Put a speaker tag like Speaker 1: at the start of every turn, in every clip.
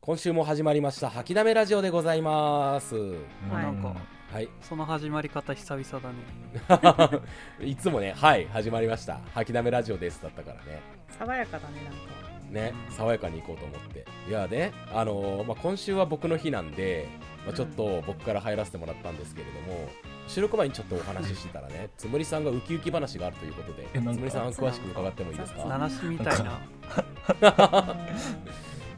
Speaker 1: 今週も始まりました吐きだめラジオでございます
Speaker 2: はい
Speaker 3: なんか
Speaker 1: はい
Speaker 2: その始まり方久々だね。
Speaker 1: いつもねはい始まりました吐きだめラジオですだったからね
Speaker 3: 爽やかだねなんか
Speaker 1: ね爽やかに行こうと思っていやねあのーまあ、今週は僕の日なんで、まあ、ちょっと僕から入らせてもらったんですけれども収録前にちょっとお話ししてたらねつむりさんがウキウキ話があるということで
Speaker 4: え
Speaker 1: つ
Speaker 4: なんか
Speaker 1: むりさん詳しく伺ってもいいです
Speaker 3: あ
Speaker 1: か
Speaker 2: 七しみたいな。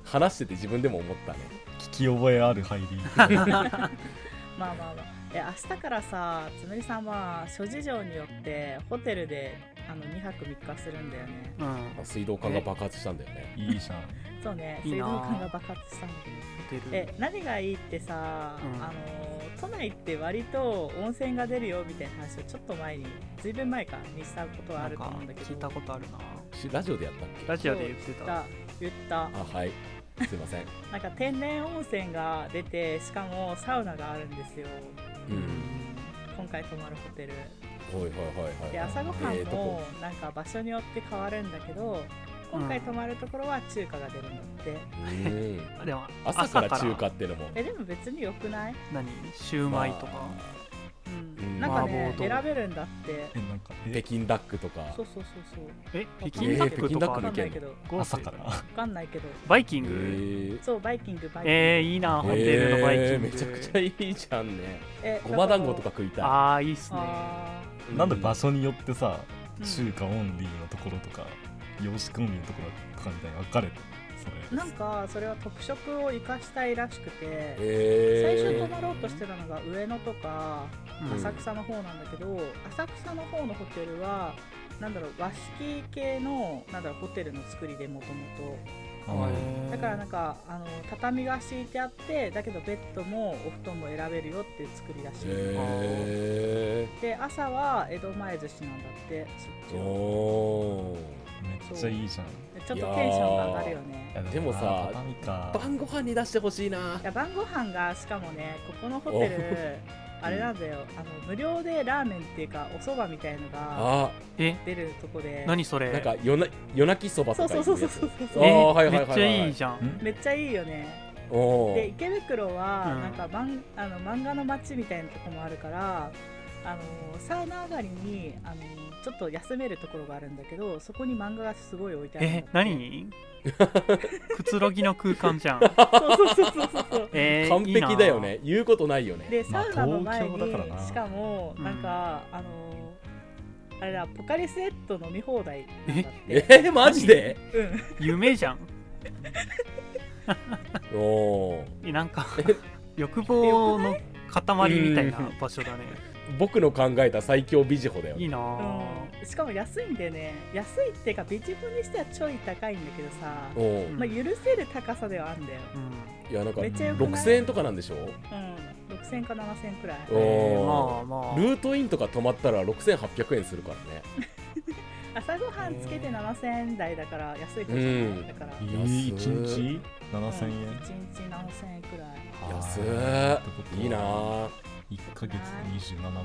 Speaker 1: 話してて自分でも思ったね
Speaker 4: 聞き覚えある入り
Speaker 3: まあまあまあえ明日からさつむりさんは諸事情によってホテルであの2泊3日するんだよね
Speaker 2: うん。
Speaker 1: まあ水道管が爆発したんだよね
Speaker 4: いいじゃん
Speaker 3: そうね
Speaker 2: いい
Speaker 3: 水
Speaker 2: な
Speaker 3: 道
Speaker 2: あ
Speaker 3: 管が爆発したんだけど
Speaker 2: 出る
Speaker 3: え。何がいいってさ、
Speaker 2: うん
Speaker 3: あの都内って割と温泉が出るよみたいな話をちょっと前にずいぶん前かにしたことは
Speaker 2: な
Speaker 3: あ
Speaker 2: ん
Speaker 3: ると
Speaker 2: か
Speaker 3: 思うんだけど
Speaker 2: 聞いたことあるな。
Speaker 1: しラジオでやったっけ
Speaker 2: ラジオで言って
Speaker 3: そう
Speaker 2: た。
Speaker 3: 言った言っ
Speaker 1: あはいすいません、
Speaker 3: たなんか天然温泉が出てしかもサウナがあるんですよ
Speaker 1: う、
Speaker 2: うんん。
Speaker 3: 今回泊まるホテル
Speaker 1: はいはいはいはい
Speaker 3: で朝ごは
Speaker 1: ええ
Speaker 3: ん
Speaker 1: とこ
Speaker 3: もなんか場所によって変わるんだけど今回泊まるところは中華が出るんだって、
Speaker 1: うん
Speaker 2: あでも
Speaker 1: 朝から中華ってのも
Speaker 3: えでも別に良くない、
Speaker 2: 何シューマイとか。
Speaker 1: ま
Speaker 3: う
Speaker 1: うん
Speaker 3: ん、なんかね
Speaker 2: 麻婆
Speaker 3: 選
Speaker 2: 豆
Speaker 3: べるんだって
Speaker 4: え なんか
Speaker 1: あ
Speaker 4: え
Speaker 1: 北京ダックとか
Speaker 3: そうそうそうそう
Speaker 2: え
Speaker 3: え
Speaker 2: 北京ダックとか
Speaker 3: わ
Speaker 2: あ
Speaker 3: か
Speaker 2: る
Speaker 3: ん
Speaker 1: え
Speaker 3: ないけどわ
Speaker 2: 豪
Speaker 4: 朝
Speaker 2: 勢
Speaker 4: から
Speaker 3: かんないけど
Speaker 2: バイキン
Speaker 1: え
Speaker 2: グ。
Speaker 1: ー
Speaker 3: そうバイキングバイキング
Speaker 2: えー、いいなホテルのバイキング。
Speaker 1: めちゃくちゃいいじゃんね
Speaker 3: え
Speaker 1: ごま団子とか食いたい
Speaker 2: ああいいっすね。
Speaker 3: あ
Speaker 1: う
Speaker 4: なんで場所によってさ、
Speaker 3: ー、うん
Speaker 4: 中華オンリーのところとか洋食オンリーのところとかみたいに分かれてるそれ
Speaker 3: なんかそれは特色を生かしたいらしくて最
Speaker 1: え
Speaker 3: 初
Speaker 1: ー
Speaker 3: 泊まろうとしてたのが上野とか
Speaker 2: うん
Speaker 3: 浅草の方なんだけど、浅草の方のホテルはなんだろう和式系のなんだろうホテルの作りでもとも
Speaker 4: あー
Speaker 3: とだからなんかあの畳が敷いてあってだけどベッドもお布団も選べるよっていう作りらしい、
Speaker 1: え
Speaker 3: で朝は江戸前寿司なんだって
Speaker 1: ー
Speaker 3: そっちは
Speaker 1: お
Speaker 4: めっちゃいいじゃんい
Speaker 3: でちょっとテンションが上がるよね
Speaker 4: や
Speaker 1: でもさ
Speaker 4: あー畳か
Speaker 1: ー晩ご飯に出してほしいない
Speaker 3: や晩ご飯がしかもねここのホテル あれなんだよあの無料でラーメンっていうかお蕎麦みたいのが
Speaker 1: あ
Speaker 2: え
Speaker 3: 出るとこで
Speaker 2: 何それ。
Speaker 1: なんか夜な夜泣きそば
Speaker 3: そ
Speaker 1: と
Speaker 3: う
Speaker 1: か
Speaker 3: そうそうそうそうそう
Speaker 1: あー
Speaker 2: え
Speaker 1: はいはいはいは
Speaker 2: め
Speaker 1: い
Speaker 2: っちゃいいじゃん。
Speaker 4: ん
Speaker 3: めっちゃいいよね
Speaker 1: お
Speaker 3: で池袋は
Speaker 2: うん
Speaker 3: なんかマン、あの漫画の街みたいなとこもあるからあのサウナ上がりにあのちょっと休めるところがあるんだけどそこに漫画がすごい置いてあるんだっ
Speaker 2: え
Speaker 3: て
Speaker 2: 何？くつろぎの空間じゃん。
Speaker 3: そうそうそうそうそうそう
Speaker 2: えー、
Speaker 1: 完璧だよね言うことないよね
Speaker 3: でサウナの前に、
Speaker 4: まあ東京だからな
Speaker 3: しかもなんか、あのあれだポカリスエット飲み放題なんだっ
Speaker 1: え
Speaker 3: て
Speaker 1: ー、マジで
Speaker 3: うん
Speaker 2: いいな。夢じゃん。
Speaker 1: おおー
Speaker 2: えなんか 欲望の塊みたいな場所だね。
Speaker 1: 僕の考えた最強美女だよ
Speaker 2: いい
Speaker 1: ね
Speaker 2: なぁ。
Speaker 3: うんしかも安いんでね安いっていうかビジフにしてはちょい高いんだけどさ、
Speaker 1: おおー
Speaker 3: まあ、許せる高さではあるんだよ、
Speaker 2: うん。
Speaker 1: いやなんか
Speaker 3: めっちゃよくない
Speaker 1: 6000円とかなんでしょ
Speaker 3: うん、6000か7000くらい
Speaker 1: お
Speaker 2: えーま
Speaker 1: お
Speaker 2: あまあ。
Speaker 1: ルートインとか泊まったら6800円するからね
Speaker 3: 朝ごはんつけて7000円台だから安い方じゃ
Speaker 1: うん
Speaker 3: ないだから、
Speaker 4: え
Speaker 3: うん、
Speaker 4: ー、
Speaker 1: 安い
Speaker 4: 1日7000円、
Speaker 3: 1日7000円くらい
Speaker 1: 安
Speaker 4: は
Speaker 1: ーいいなー
Speaker 4: 1ヶ月27万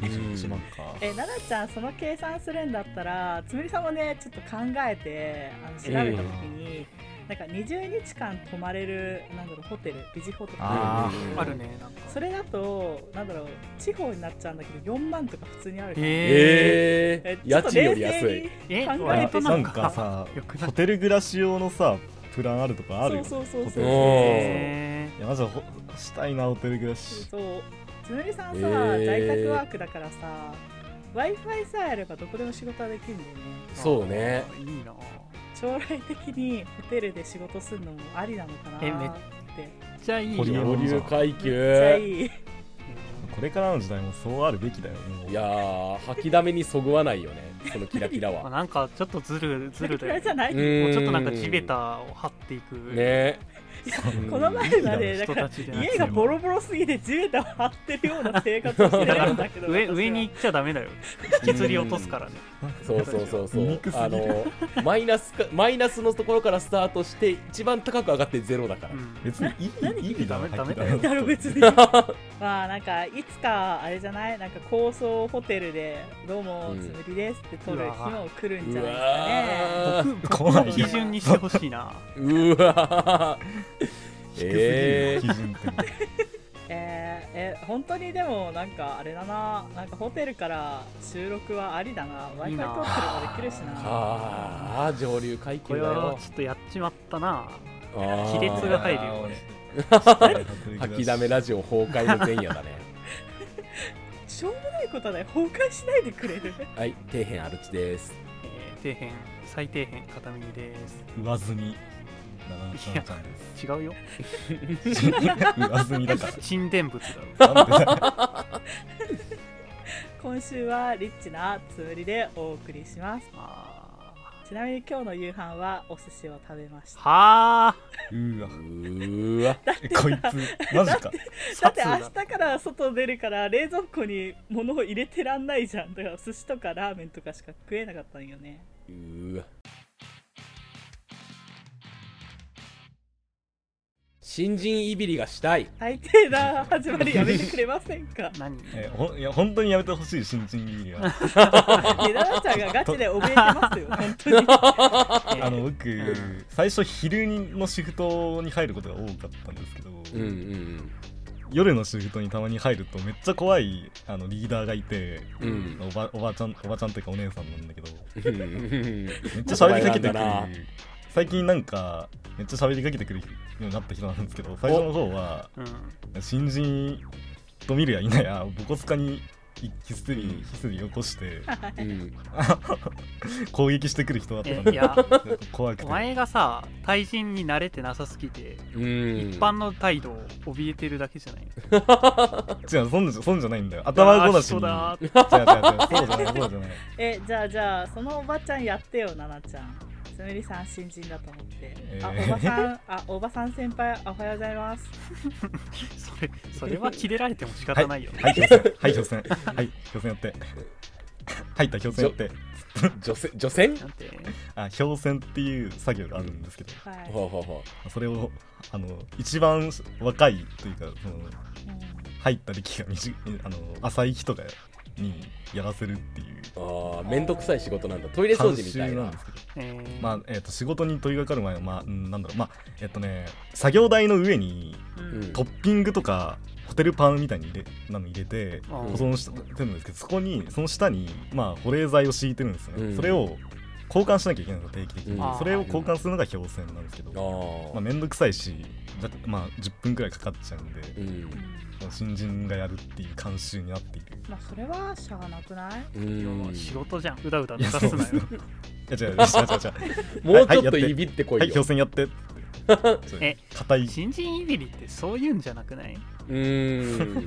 Speaker 4: 21万か、
Speaker 3: え奈々ちゃんその計算するんだったらつむりさんもねちょっと考えてあの調べた時に、なんか20日間泊まれるなんだろうホテルビジホテル
Speaker 4: あ
Speaker 1: ー
Speaker 2: あるね。なんか。
Speaker 3: それだとなんだろう地方になっちゃうんだけど4万とか普通にあるから、
Speaker 2: え
Speaker 1: えー、家賃より安い
Speaker 2: ー、え
Speaker 3: 考えて
Speaker 2: 割と
Speaker 3: あ
Speaker 2: な
Speaker 4: なんん
Speaker 2: か
Speaker 4: かさ
Speaker 2: よくない
Speaker 4: ホテル暮らし用のさプランあるとかあるよ、ね、
Speaker 3: そうそうそう
Speaker 4: ホ
Speaker 3: そ
Speaker 4: テ
Speaker 3: う
Speaker 4: ル
Speaker 2: え
Speaker 4: いやまずはほしたいなホテル暮らし
Speaker 3: そうつむりさんさ、
Speaker 1: えー
Speaker 3: 在宅ワークだからさ w i f i さえあればどこでも仕事はできるんだよね
Speaker 2: ー
Speaker 1: そうね
Speaker 2: あーいいなぁ
Speaker 3: 将来的にホテルで仕事するのもありなのかな
Speaker 2: えめ
Speaker 3: って
Speaker 2: めっちゃいいよ
Speaker 4: 保留
Speaker 1: 上流階級
Speaker 3: めっちゃい い
Speaker 4: これからの時代もそうあるべきだよもう
Speaker 1: いやー吐きだめにそぐわないよねそのキラキラ
Speaker 2: まあ
Speaker 1: は
Speaker 2: なんかちょっとずるずるだ
Speaker 3: 嫌 いじゃ
Speaker 2: よ
Speaker 3: ない、
Speaker 2: も
Speaker 1: も
Speaker 2: うちょっとなんか地べたを張っていく
Speaker 1: ね
Speaker 4: うん
Speaker 3: この前までだ
Speaker 2: 人
Speaker 3: から
Speaker 2: たちで
Speaker 3: 家がボロボロすぎて地べたを張ってるような生活をしてるんだけど
Speaker 2: 上
Speaker 3: 私は
Speaker 2: 上に行っちゃダメだよ引きずり落とすからね
Speaker 1: そうそうそうそう
Speaker 4: 醜すぎる
Speaker 1: あのマイナスかマイナスのところからスタートして一番高く上がってゼロだから、
Speaker 2: うん
Speaker 4: 別にいい意味だ
Speaker 2: ダメダメだよ
Speaker 4: 入ってた
Speaker 3: だ
Speaker 4: の
Speaker 3: ろ別 にまあなんかいつかあれじゃないなんか高層ホテルで「どうも
Speaker 1: うん
Speaker 3: つむりです」って撮る日も来るんじゃ
Speaker 1: う
Speaker 3: ない
Speaker 1: わ
Speaker 2: 僕僕を基準にしてほしいな
Speaker 1: ーうわえ
Speaker 4: 基準点
Speaker 3: えーえ本当にでもなんかあれだななんかホテルから収録はありだな w i
Speaker 2: い
Speaker 3: f i
Speaker 2: い
Speaker 3: 通ってれ
Speaker 2: な
Speaker 3: ばできるし
Speaker 1: ー、
Speaker 3: な
Speaker 1: ああ上流階
Speaker 2: こ
Speaker 1: 級
Speaker 2: れ
Speaker 1: だ
Speaker 2: は
Speaker 1: よ
Speaker 2: ちょっとやっちまったな
Speaker 1: 亀
Speaker 2: 亀裂が入るよこれ
Speaker 4: れ
Speaker 1: 吐きだめラジオ崩壊の前夜だね
Speaker 3: しょうもないことだよ崩壊しないでくれる
Speaker 1: はい底辺アルチです
Speaker 2: えー底辺最底辺片耳です
Speaker 4: 上積みななななちゃんです
Speaker 2: 違うよ
Speaker 4: 上積みだから
Speaker 2: 沈殿物だ ろ
Speaker 4: なんで
Speaker 3: 今週はリッチなつぶりでお送りします
Speaker 2: あ
Speaker 3: ちなみに今日の夕飯はお寿司を食べまし
Speaker 2: ー
Speaker 3: た
Speaker 2: はあ
Speaker 4: うーわ
Speaker 1: うーわ
Speaker 4: えこいつマジか
Speaker 3: だっ
Speaker 2: 殺
Speaker 3: て
Speaker 2: だ
Speaker 3: 明日から外出るから冷蔵庫に物を入れてらんないじゃんだから寿司とかラーメンとかしか食えなかったんよね
Speaker 1: うーわ新人いびりがしたい
Speaker 3: 最低 な始まりやめてくれませんか
Speaker 2: 何
Speaker 4: えほんいや本当にやめてほしい新人ビビリ は
Speaker 3: ねだなちゃんがガチで怯えてますよ本当に
Speaker 4: あの僕、
Speaker 2: うん
Speaker 4: 最初昼のシフトに入ることが多かったんですけど、
Speaker 1: うんうん
Speaker 4: 夜のシフトにたまに入るとめっちゃ怖いあのリーダーがいて、
Speaker 1: うん
Speaker 4: おばおばちゃんおばちゃんというかお姉さんなんだけど
Speaker 1: うん
Speaker 4: めっちゃ喋りかけて
Speaker 1: お前なん
Speaker 4: く
Speaker 1: だな
Speaker 4: る最近なんかめっちゃ喋りかけてくるようになった人なんですけど最初の方は
Speaker 2: うん
Speaker 4: 新人と見るや否やボコスカにひすりひすり起こして
Speaker 1: うん
Speaker 4: 攻撃してくる人だったん
Speaker 2: え
Speaker 4: で
Speaker 2: いや
Speaker 4: なんか怖く
Speaker 2: お
Speaker 4: て
Speaker 2: 前がさ対人に慣れてなさすぎて
Speaker 1: うん
Speaker 2: 一般の態度を怯えてるだけじゃない
Speaker 4: 違うそんじゃそんじゃないんだよ頭ごなしに
Speaker 2: あー人だー
Speaker 4: 違う違う違うそうじゃないそうじゃない
Speaker 3: えじゃあじゃあそのおばちゃんやってよななちゃんつむりさん新人だと思って、
Speaker 4: え
Speaker 3: あ
Speaker 4: ー
Speaker 3: おばさんあおばさん先輩おはようございます
Speaker 2: それそれはキレられても仕
Speaker 4: は
Speaker 2: 方ないよ、ね
Speaker 4: はい、標線。はい、標線。はい、標線やって。入った標線やって。
Speaker 1: 女性女性
Speaker 2: なんて
Speaker 4: あ、標線っていう作業があるんですけど、
Speaker 3: はい、
Speaker 1: ほうほうほ
Speaker 4: それを、あの、一番若いというか、その、
Speaker 3: うん
Speaker 4: 入った歴が短い、あの、浅い人が、にやらせるっていう。
Speaker 1: うあーめんどくさい仕事なんだトイレ掃除みたい
Speaker 4: 慣習な
Speaker 1: なん
Speaker 4: ですけど。
Speaker 2: えー
Speaker 4: まあ、えっ、と、仕事に取り掛かる前は、まあ、うんなんだろう、まあ、えっ、とね、作業台の上に、
Speaker 3: うん
Speaker 1: うん
Speaker 4: トッピングとか、ホテルパンみたいに入れ、なの入れて、
Speaker 2: あー
Speaker 4: 保存してるんですけどそこにその下にまあ保冷剤を敷いてるんですよね、
Speaker 1: うん
Speaker 4: それを交換しなきゃいけないんですよ定期的に、
Speaker 1: うん
Speaker 4: それを交換するのが標線なんですけど、
Speaker 1: あー
Speaker 4: まあ、めんどくさいしだまあ10分くらいかかっちゃうんで、
Speaker 1: うん
Speaker 4: 新人がやるっていう慣習になっている
Speaker 3: まあそれはしゃあなくない
Speaker 1: うん
Speaker 2: もう仕事じゃんうだうだ
Speaker 4: い
Speaker 2: 抜
Speaker 4: や
Speaker 2: か
Speaker 4: そう
Speaker 2: す
Speaker 4: で
Speaker 2: な
Speaker 4: すねいや違う違
Speaker 2: よ
Speaker 4: う違う違う
Speaker 1: もうちょっといびってこ
Speaker 4: はいい
Speaker 1: よ
Speaker 4: 標線やってそう
Speaker 2: え
Speaker 4: 硬い
Speaker 2: 新人いびりってそういうんじゃなくないう
Speaker 1: ーん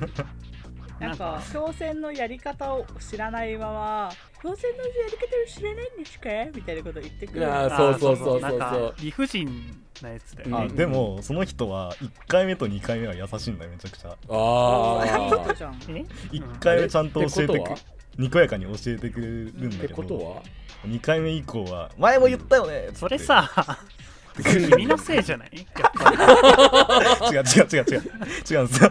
Speaker 3: なんか挑戦のやり方を知らないまま挑戦のやり方を知らないんですかみたいなこと言ってくる
Speaker 1: あー
Speaker 2: あ
Speaker 1: そう
Speaker 2: ー
Speaker 1: そうそうそう
Speaker 2: なん
Speaker 1: そう
Speaker 2: か理不尽なやつだよ
Speaker 1: う
Speaker 4: あ
Speaker 2: ね
Speaker 1: ん
Speaker 4: でもその人は1回目と2回目は優しいんだよめちゃくちゃ
Speaker 1: あ
Speaker 3: いい
Speaker 1: ー
Speaker 3: 人じゃん
Speaker 2: え
Speaker 4: 1回目ちゃんと教えてく
Speaker 1: っ
Speaker 4: にこやかに教えてくれるんだ
Speaker 1: て
Speaker 4: け
Speaker 1: こと
Speaker 4: ど
Speaker 1: は
Speaker 4: 2回目以降は前も言ったよねっつって
Speaker 2: それさ
Speaker 4: 違
Speaker 2: 君のせいじゃないやっぱ
Speaker 4: う
Speaker 2: り
Speaker 4: 違う違う違う違うんですよ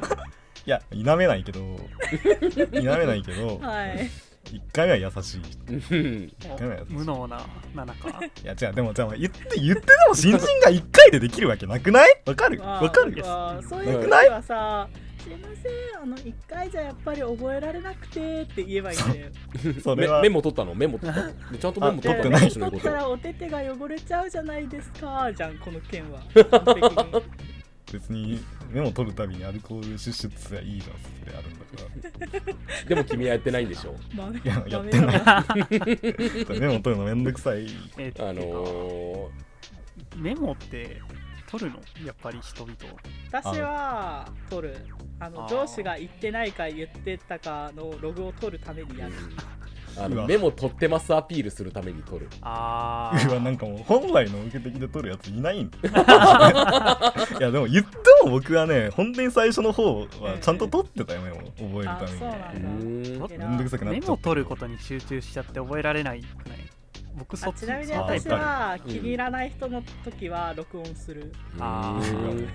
Speaker 4: いや否めないけど否めないけど
Speaker 3: はい
Speaker 4: 1回目は優しい
Speaker 1: うん
Speaker 4: ダメだよ
Speaker 2: 無能な七か
Speaker 4: いや違うでもじゃあ言って言ってでも新人が1回でできるわけなくないわかる
Speaker 3: まあ
Speaker 4: わかる
Speaker 3: なん
Speaker 4: よ
Speaker 3: かそういう時はさすいませんあの一回じゃやっぱり覚えられなくてって言えばいいんだよ
Speaker 4: そ
Speaker 1: メ
Speaker 4: れは
Speaker 1: メモ取ったのメモ取ったちゃんとメモ取った
Speaker 4: あ取
Speaker 1: のそういう
Speaker 4: って
Speaker 3: 取
Speaker 1: こ
Speaker 3: っ
Speaker 1: と
Speaker 3: たらお手手が汚れちゃうじゃないですかじゃんこの件 は完璧に
Speaker 4: 別にメモ取るたびにアルコール出出すりゃいいじゃんそれあるんだか
Speaker 1: でも君はやってないんでしょ
Speaker 3: 豆
Speaker 4: いややって
Speaker 3: 豆
Speaker 4: ない
Speaker 3: だ
Speaker 4: らメモ取るのめんどくさい
Speaker 2: えっていうか
Speaker 1: あの
Speaker 2: メモって取るのやっぱり人々
Speaker 3: 私は取るあの
Speaker 2: あー
Speaker 3: 上司が言ってないか言ってたかのログを取るためにやる
Speaker 1: ーあ
Speaker 4: う
Speaker 1: の
Speaker 4: わ
Speaker 1: メモ取ってますアピールするために取る
Speaker 2: あ
Speaker 4: うわなんか
Speaker 2: か
Speaker 4: もう本来の受け的で取るやついないん だいやでも言っても僕はね本当に最初の方はちゃんと取ってたよメモ覚
Speaker 3: あ
Speaker 4: える
Speaker 3: そうな
Speaker 4: た
Speaker 1: う
Speaker 4: めに
Speaker 1: ーん
Speaker 2: あ
Speaker 3: 偉い
Speaker 4: めんどくさくなっちゃ
Speaker 2: メ
Speaker 4: った
Speaker 2: モ取ることに集中しちゃって覚えられないくない僕そ
Speaker 3: あ
Speaker 2: っち
Speaker 3: ちなみに
Speaker 4: あ
Speaker 3: 私は
Speaker 1: うん
Speaker 3: 気に入らない人の時は録音する、
Speaker 2: あー
Speaker 1: うーん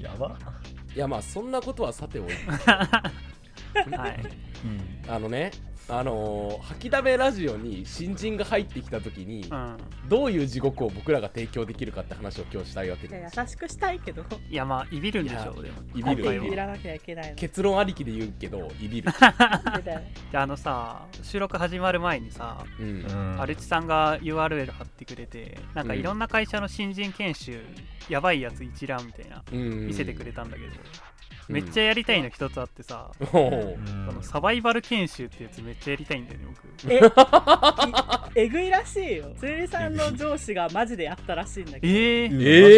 Speaker 4: やば
Speaker 1: いやまあそんなことはさておいて
Speaker 2: はい。
Speaker 4: うん
Speaker 1: あのね、あのー吐きだめラジオに新人が入ってきた時に、
Speaker 2: うん。
Speaker 1: どういう地獄を僕らが提供できるかって話を今日したいわけ
Speaker 3: じゃ
Speaker 1: です
Speaker 3: あ優しくしたいけど、
Speaker 2: いや、まあ、いびるんでしょう、でも。
Speaker 1: い
Speaker 3: な
Speaker 1: びる
Speaker 3: ん
Speaker 2: 今回
Speaker 3: で
Speaker 2: は
Speaker 3: ビビらなきゃいけないの。
Speaker 1: 結論ありきで言うけどいびる、
Speaker 3: でだよ
Speaker 2: であのさ、収録始まる前にさ、
Speaker 1: うん
Speaker 4: うん
Speaker 2: アルチさんが URL 貼ってくれて、なんかいろんな会社の新人研修、やばいやつ一覧みたいな、
Speaker 1: うん
Speaker 2: 見せてくれたんだけど、めっちゃやりたいの一つあってさ、
Speaker 1: ゃ、おう
Speaker 4: うん
Speaker 2: このサバイバル研修ってやつめっちゃやりたいんだよね、僕。
Speaker 3: えいえぐいらしいよ。つゆりさんの上司がマジでやったらしいんだけど。
Speaker 2: えー、
Speaker 1: え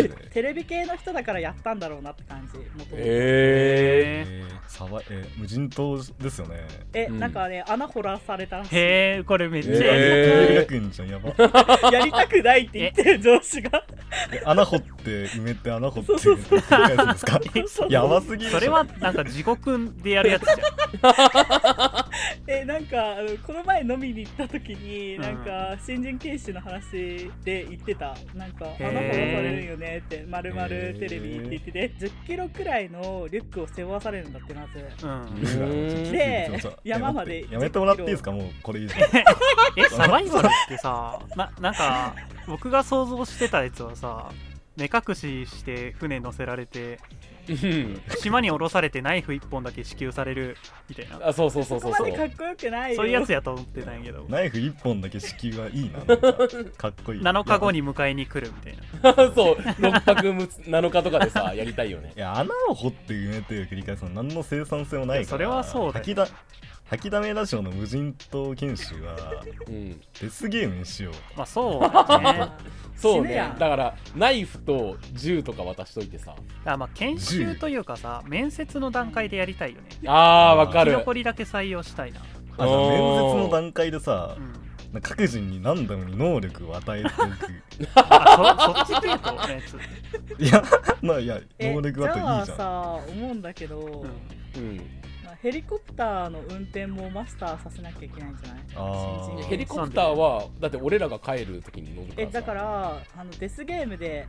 Speaker 1: ー
Speaker 4: マジで
Speaker 3: テレビ系の人だからやったんだろうなって感じ。元々
Speaker 1: え
Speaker 2: え
Speaker 4: えーサバえー無人島ですよね。
Speaker 3: え、
Speaker 1: うん
Speaker 3: なんかね、穴掘らされたらし
Speaker 2: ー、
Speaker 3: い。
Speaker 2: へえ、これめっちゃやりたい。
Speaker 1: えー
Speaker 4: えー、じゃんやば。
Speaker 3: やりたくないって言って る上司が。
Speaker 4: え穴掘って埋めて穴掘って
Speaker 3: そう
Speaker 4: 埋めて繰り返すんですかやばすぎるでしょ
Speaker 2: それはなんか地獄でやるやつじゃん。
Speaker 3: えなんかあのこの前飲みに行った時に、
Speaker 2: うん
Speaker 3: なんか新人研修の話で言ってたなんか「
Speaker 2: へー
Speaker 3: 穴掘らされるよね」って「まるまるテレビ」って言ってて1 0キロくらいのリュックを背負わされるんだってまず
Speaker 2: うん、
Speaker 1: ー
Speaker 3: で
Speaker 4: ちょっと
Speaker 3: 山まで
Speaker 4: やめてもらっていいですかもうこれ以上
Speaker 2: えサバイバルってさななんか僕が想像してたやつはさ目隠しして船乗せられて
Speaker 1: うん
Speaker 2: 島に降ろされてナイフ1本だけ支給されるみたいな
Speaker 1: あそうそうそう
Speaker 3: そ
Speaker 1: そ
Speaker 3: こ
Speaker 1: う
Speaker 3: ま
Speaker 1: そ
Speaker 3: でか
Speaker 1: う
Speaker 3: っこよくないよ
Speaker 2: そういうやつやと思ってたんやけど
Speaker 4: ナイフ一本だけ支給はいいななんかかっこいい
Speaker 2: 7日後に迎えに来るみたいな
Speaker 1: そう6泊7日とかでさ やりたいよね
Speaker 4: いや穴を掘って埋めて繰り返すの何の生産性もないから
Speaker 2: いやそれはそうだよ
Speaker 4: 吐きだ吐きだめラジオの無人島研修は
Speaker 1: うん
Speaker 4: デスゲームにしよう
Speaker 2: まあそう だね だか
Speaker 3: あ
Speaker 1: そう
Speaker 3: 死ぬ
Speaker 1: ね
Speaker 3: や
Speaker 1: だ
Speaker 3: ん
Speaker 1: からナイフと銃とか渡しといてさ
Speaker 2: らまあ研修というかさ面接の段階でやりたいよね
Speaker 1: あーわか
Speaker 2: 生き
Speaker 1: る
Speaker 2: 残りだけ採用したいな、
Speaker 4: あじゃあ面
Speaker 1: おー
Speaker 4: 接の段階で さ
Speaker 2: うん、
Speaker 4: なんか各人にランダムに能力を与えてい
Speaker 2: あそそっち系統のやつ、
Speaker 4: く いやまあいや
Speaker 3: え
Speaker 4: 能力
Speaker 3: じ
Speaker 4: だといいじ
Speaker 3: ゃ
Speaker 4: ゃ
Speaker 3: あ
Speaker 4: ん
Speaker 3: さ思うんだけど、
Speaker 2: うん
Speaker 1: うん
Speaker 3: まあヘリコプターの運転もマスターさせなきゃいけないんじゃない
Speaker 4: あ
Speaker 3: 新
Speaker 4: ー
Speaker 3: 人
Speaker 1: ヘリコプターはだって俺らが帰る時に乗るから
Speaker 3: え
Speaker 1: さ
Speaker 3: だからあのデスゲームで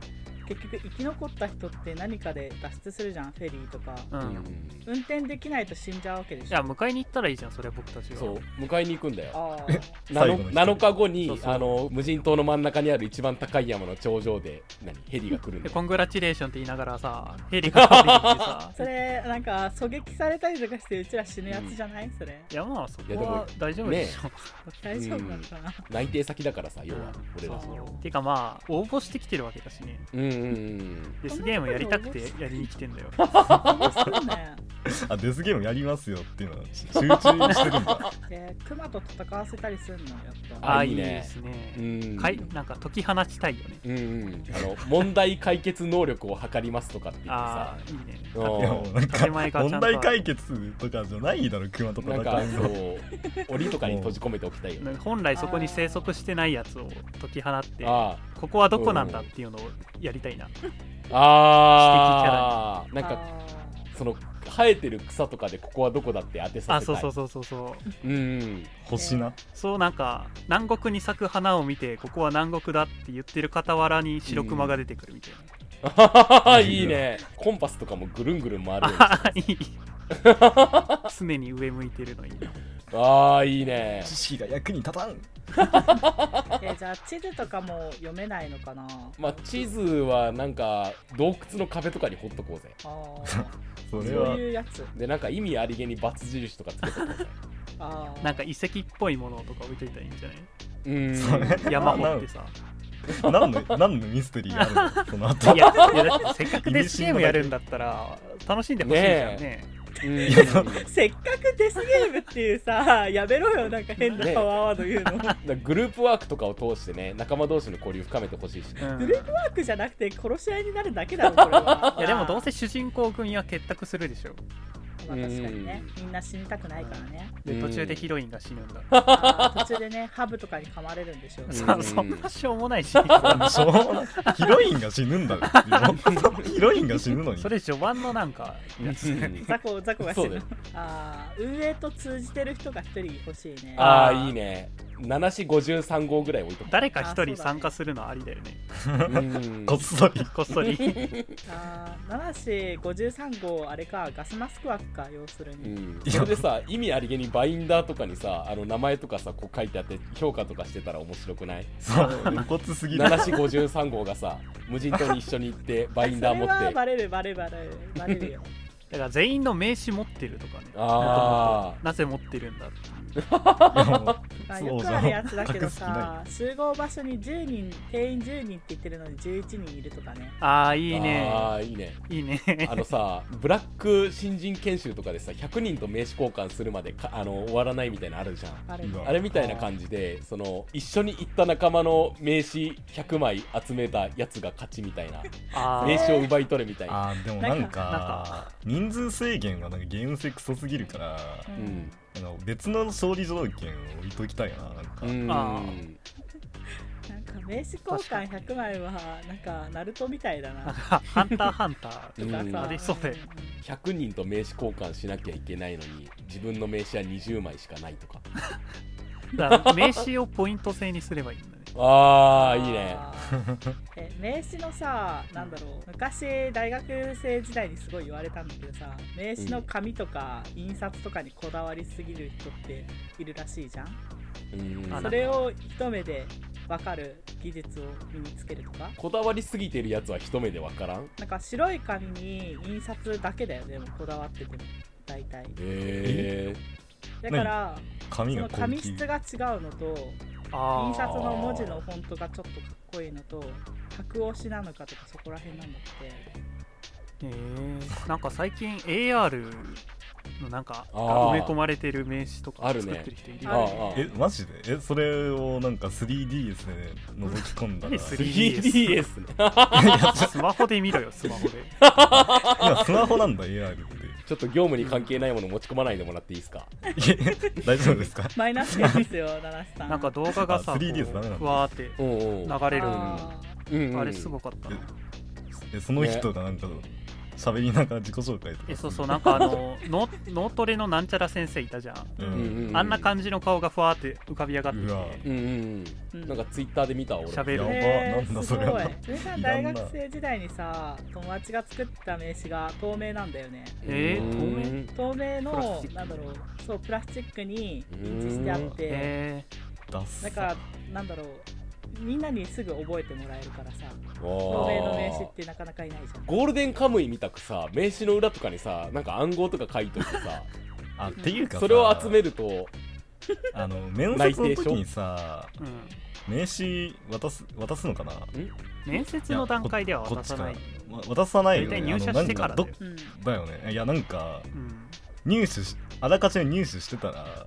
Speaker 3: 結局生き残った人って何かで脱出するじゃんフェリーとか
Speaker 2: う、
Speaker 1: うんん
Speaker 3: 運転できないと死んじゃうわけで
Speaker 2: い
Speaker 3: し
Speaker 2: や
Speaker 3: ょ
Speaker 2: 迎えに行ったらいいじゃんそれは僕たちは
Speaker 1: そう迎えに行くんだよ
Speaker 3: あー
Speaker 1: なの
Speaker 4: 最後の一人
Speaker 1: 7日後に
Speaker 2: そうそう
Speaker 1: あの無人島の真ん中にある一番高い山の頂上で何ヘリが来るんだ
Speaker 2: で
Speaker 1: よ
Speaker 2: コングラチュレーションって言いながらさヘリが飛びてきて さ
Speaker 3: それなんか狙撃されたりとかしてうちら死ぬやつじゃないそれ
Speaker 2: いやまあそ
Speaker 1: いや
Speaker 2: こ
Speaker 1: で
Speaker 2: は
Speaker 1: も
Speaker 2: 大丈夫でしょ、
Speaker 3: 大丈夫なのかな、
Speaker 1: 内定先だからさ要
Speaker 2: う
Speaker 1: は
Speaker 2: ん
Speaker 1: 俺
Speaker 2: そ
Speaker 1: ら
Speaker 2: う
Speaker 1: の
Speaker 2: そうてかまあ応募してきてるわけだしね
Speaker 1: うんうんうん
Speaker 2: デスゲームやりたくてやりに来てんだよ
Speaker 3: そうね
Speaker 4: あデスゲームやりますよっていうのは集中してるんだ
Speaker 3: でクマと戦わせたりするのやっぱ
Speaker 1: あ
Speaker 2: ああ
Speaker 1: い
Speaker 2: い
Speaker 1: い
Speaker 2: い
Speaker 1: ね
Speaker 2: ですね、
Speaker 1: うん
Speaker 2: かいなんか解き放ちたいよね
Speaker 1: うんうんあの問題解決能力を測りますとかって言ってさ
Speaker 2: ああいいね
Speaker 1: うん
Speaker 4: いやもうなん
Speaker 2: 建前
Speaker 4: か
Speaker 2: がち
Speaker 4: 問
Speaker 2: ゃんとある
Speaker 4: 題解決とかじゃないだろ熊と戦
Speaker 1: なん
Speaker 4: う
Speaker 1: かそ
Speaker 4: の
Speaker 1: う檻とかに閉じ込めておきたいよ
Speaker 2: なん
Speaker 1: ね
Speaker 2: か本来そこに生息してないやつを解き放って
Speaker 1: あ
Speaker 2: ここはどこなんだっていうのをやりたいな
Speaker 1: あああなんか
Speaker 3: あ
Speaker 1: その生えてる草とかでここはどこだって当てさ
Speaker 2: あ
Speaker 1: せた
Speaker 2: そ
Speaker 1: いう
Speaker 2: そうそうそうそう
Speaker 1: うんうん
Speaker 4: 星な
Speaker 2: そうなんか南国に咲く花を見てここは南国だって言ってる傍らに白熊が出てくるみたいな、
Speaker 1: いいねコンパスとかもぐるんぐるん回るように
Speaker 2: あいい常に上向いてるのいいな
Speaker 1: ああいいね
Speaker 4: 知識が役に立たん
Speaker 3: ーえじゃあ地図とかも読めないのかな
Speaker 1: まあ地図はなんか洞窟の壁とかにほっとこうぜ
Speaker 3: あー
Speaker 4: そ
Speaker 3: そう
Speaker 4: れは
Speaker 3: いうやつ
Speaker 1: でなんか意味ありげにバツ印とかつけとこうぜ
Speaker 3: あー
Speaker 2: なんか遺跡っぽいものとか置いといたらいいんじゃな
Speaker 1: うん
Speaker 4: それ
Speaker 2: い山掘ってさ
Speaker 4: 何の何のミステリーがあるのその後
Speaker 2: いやいやだってせっかくデスゲームやるんだったら楽しんでほしいじゃんね
Speaker 1: うん
Speaker 3: せっかくデスゲームっていうさやめろよなんか変な
Speaker 1: ね
Speaker 3: パワーワード言うの、
Speaker 1: だからグループワークとかを通してね仲間同士の交流深めてほし いし、ね
Speaker 2: うん
Speaker 3: グループワークじゃなくて殺し合いになるだけだろこれは
Speaker 2: いやでもどうせ主人公組は結託するでしょ
Speaker 3: まあ確かにねみんな死にたくないからね
Speaker 2: で
Speaker 1: うん
Speaker 2: 途中でヒロインが死ぬんだ、
Speaker 3: あー途中でねハブとかに噛まれるんでしょうね
Speaker 2: さ
Speaker 1: うん
Speaker 2: そんなしょうも ないし
Speaker 4: し
Speaker 2: そ
Speaker 4: ょうもないヒロインが死ぬんだよヒロインが死ぬのに
Speaker 2: れ序盤のなんかやつ
Speaker 3: ザコザコが死
Speaker 1: そうだ
Speaker 3: ぬ
Speaker 1: よ
Speaker 3: あー運営と通じてる人が一人欲しいね
Speaker 1: ああいいね7四53号ぐらい置いとく
Speaker 2: 誰か
Speaker 3: あ
Speaker 2: 一
Speaker 3: そうだ
Speaker 2: 人
Speaker 3: ね
Speaker 2: 参加するのありだ よね
Speaker 1: うん
Speaker 4: こっそり
Speaker 2: こっそり
Speaker 3: あー7四53号あれかガスマスク枠か要する
Speaker 1: う
Speaker 3: に、
Speaker 1: ん、それでさ意味ありげにバインダーとかにさあの名前とかさこう書いてあって評価とかしてたら面白くない
Speaker 4: そう露骨 すぎる
Speaker 1: 7 4 53号がさ無人島に一緒に行 ってバインダー持
Speaker 3: それは
Speaker 1: って
Speaker 3: バレるバレるバレるバレるよ
Speaker 2: だから全員の名刺持ってるとかね
Speaker 1: あ
Speaker 2: なぜ持ってるんだって
Speaker 4: いやも
Speaker 3: まあ、
Speaker 4: そう
Speaker 3: よく
Speaker 4: じゃ
Speaker 3: あ
Speaker 4: ん
Speaker 3: るやつだけど
Speaker 4: 隠
Speaker 3: さ集合場所に10人定員10人って言ってるのに11人いるとかね
Speaker 2: ああ
Speaker 1: ー
Speaker 2: いい
Speaker 1: あ
Speaker 2: ね
Speaker 1: ーいいね
Speaker 2: いいね
Speaker 1: あのさブラック新人研修とかでさ100人と名刺交換するまでかあの終わらないみたいなのあるじゃん
Speaker 3: バレ
Speaker 4: いい
Speaker 3: る
Speaker 4: わ
Speaker 1: あれみたいな感じでその一緒に行った仲間の名刺100枚集めたやつが勝ちみたいな
Speaker 2: あ
Speaker 1: 名
Speaker 2: ー
Speaker 1: 刺を奪い取れみたいな、
Speaker 4: あーでもなん
Speaker 2: な
Speaker 4: か
Speaker 2: んか
Speaker 4: 人数制限はなんかゲーム性クソすぎるから
Speaker 3: う
Speaker 1: うん
Speaker 3: ん、
Speaker 4: あの別の勝利条件を置いときたいななんか、
Speaker 1: うん
Speaker 2: あ
Speaker 3: なんか名刺交換100枚はなんかナルトみたいだ
Speaker 2: なん
Speaker 3: な
Speaker 2: かハンターハンタ
Speaker 1: う
Speaker 2: ー
Speaker 1: ん
Speaker 3: とかさ
Speaker 2: ありそうだよ
Speaker 1: 100人と名刺交換しなきゃいけないのに自分の名刺は20枚しかないとか
Speaker 2: だから名刺をポイント制にすればいいんだね
Speaker 1: あーいいね
Speaker 3: え名刺のさなんだろう昔大学生時代にすごい言われたんだけどさ名刺の紙とか印刷とかにこだわりすぎる人っているらしいじゃん
Speaker 1: うん
Speaker 2: あ
Speaker 3: それを一目で分かる技術を身につけるとか
Speaker 1: こだわりすぎてるやつは一目でわからん
Speaker 3: なんか白い紙に印刷だけだよねでもこだわってても大体
Speaker 1: え
Speaker 3: だからそ
Speaker 4: 紙が
Speaker 3: の
Speaker 4: 高
Speaker 3: 紙
Speaker 4: 級
Speaker 3: 質が違うのと
Speaker 2: あー
Speaker 3: 印刷の文字のフォントがちょっとかっこいいのと白押しなのかとかそこら辺なんだって
Speaker 2: えー、なんか最近 AR のなんか
Speaker 1: あー
Speaker 2: 埋め込まれてる名刺とか
Speaker 1: あ
Speaker 2: 作
Speaker 1: るね
Speaker 2: ってる人いる
Speaker 1: ー、
Speaker 2: よ
Speaker 1: あ
Speaker 2: ね
Speaker 1: あああ
Speaker 4: えマジでえそれをなんか 3DS で覗き込んだら
Speaker 2: 何
Speaker 4: い
Speaker 2: 3DS
Speaker 1: 3DS ね
Speaker 2: スマホで見ろよスマホで
Speaker 4: やスマホなんだ AR って
Speaker 1: ちょっと業務に関係ないもの持ち込まないでもらっていいですか
Speaker 4: え 大丈夫ですか
Speaker 3: マイナス点です よ七瀬さん
Speaker 2: なんか動画がさ
Speaker 4: あ
Speaker 2: こう
Speaker 4: 3DS ダメなんだ
Speaker 2: ふわーって
Speaker 1: うんうん
Speaker 2: 流れる
Speaker 3: あ
Speaker 1: うんうん
Speaker 2: あれすごかったな
Speaker 4: ええその人がなんか喋りながら自己紹介とか
Speaker 2: えそうそうなんかあの 脳脳トレのなんちゃら先生いたじゃん、
Speaker 4: う
Speaker 1: うん
Speaker 4: ん
Speaker 1: うん
Speaker 2: あんな感じの顔がふわーって浮かび上がってき
Speaker 4: うわ
Speaker 2: て
Speaker 1: うんうん
Speaker 3: ー
Speaker 1: うんなんかツイッターで見たわ俺
Speaker 2: 喋る
Speaker 4: やば
Speaker 3: へ
Speaker 4: なんだ
Speaker 3: ー
Speaker 4: そ
Speaker 3: す
Speaker 4: れ
Speaker 3: ご
Speaker 4: はい
Speaker 3: 上さん
Speaker 4: いらん
Speaker 3: 大
Speaker 4: な
Speaker 3: 学生時代にさ友達が作った名刺が透明なんだよね
Speaker 2: えー
Speaker 1: うん
Speaker 2: 透
Speaker 3: 透明
Speaker 2: プラス
Speaker 3: の
Speaker 2: チック
Speaker 3: なんだろうそうプラスチックに印字してあって
Speaker 2: え
Speaker 4: 出す
Speaker 3: だからなんだろうみんなにすぐ覚えてもらえるからさ透
Speaker 1: 透
Speaker 3: 明の名刺ってなかなかいないじゃん
Speaker 1: ゴールデンカムイみたくさ名刺の裏とかにさなんか暗号とか書いといてさ
Speaker 4: あっていうかさ
Speaker 1: それを集めると
Speaker 4: あの面接の時にさ
Speaker 2: ーうん、
Speaker 4: 名刺渡す渡すのかな
Speaker 2: 面接の段階では
Speaker 4: こ
Speaker 2: 渡
Speaker 4: っち
Speaker 2: さ
Speaker 4: か
Speaker 2: ない
Speaker 4: ら渡さないよね
Speaker 2: 大体入社してから
Speaker 4: あの
Speaker 2: だ
Speaker 4: なんか
Speaker 3: う
Speaker 2: よ
Speaker 3: ん
Speaker 4: どだよねいやなんか
Speaker 2: うん
Speaker 4: 入手しあらかじめ入手してたら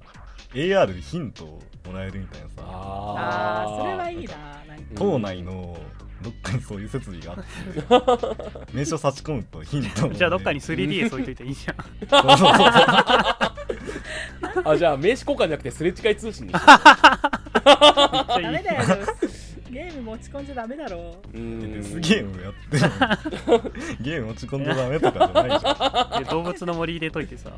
Speaker 4: AR でヒントをもらえるみたいなさ
Speaker 1: あ
Speaker 3: あーそれはいいいななんか
Speaker 4: 島内のどっかにそういう設備があ って名所差し込むとヒントをね
Speaker 2: じゃあどっかに 3DS 置いといていいじゃ ん
Speaker 4: そうそうそう
Speaker 1: あじゃあ名刺交換じゃなくてすれ違い通信にしよ
Speaker 2: めっち
Speaker 3: ダ
Speaker 2: ゃい
Speaker 3: メ
Speaker 2: い
Speaker 3: だよゲーム持ち込んじゃダメだろ
Speaker 1: うう
Speaker 4: デ
Speaker 1: ん
Speaker 4: スゲームやってる のにゲーム落ち込んじゃダメとかじゃな いじゃん
Speaker 2: で動物の森入れといてさ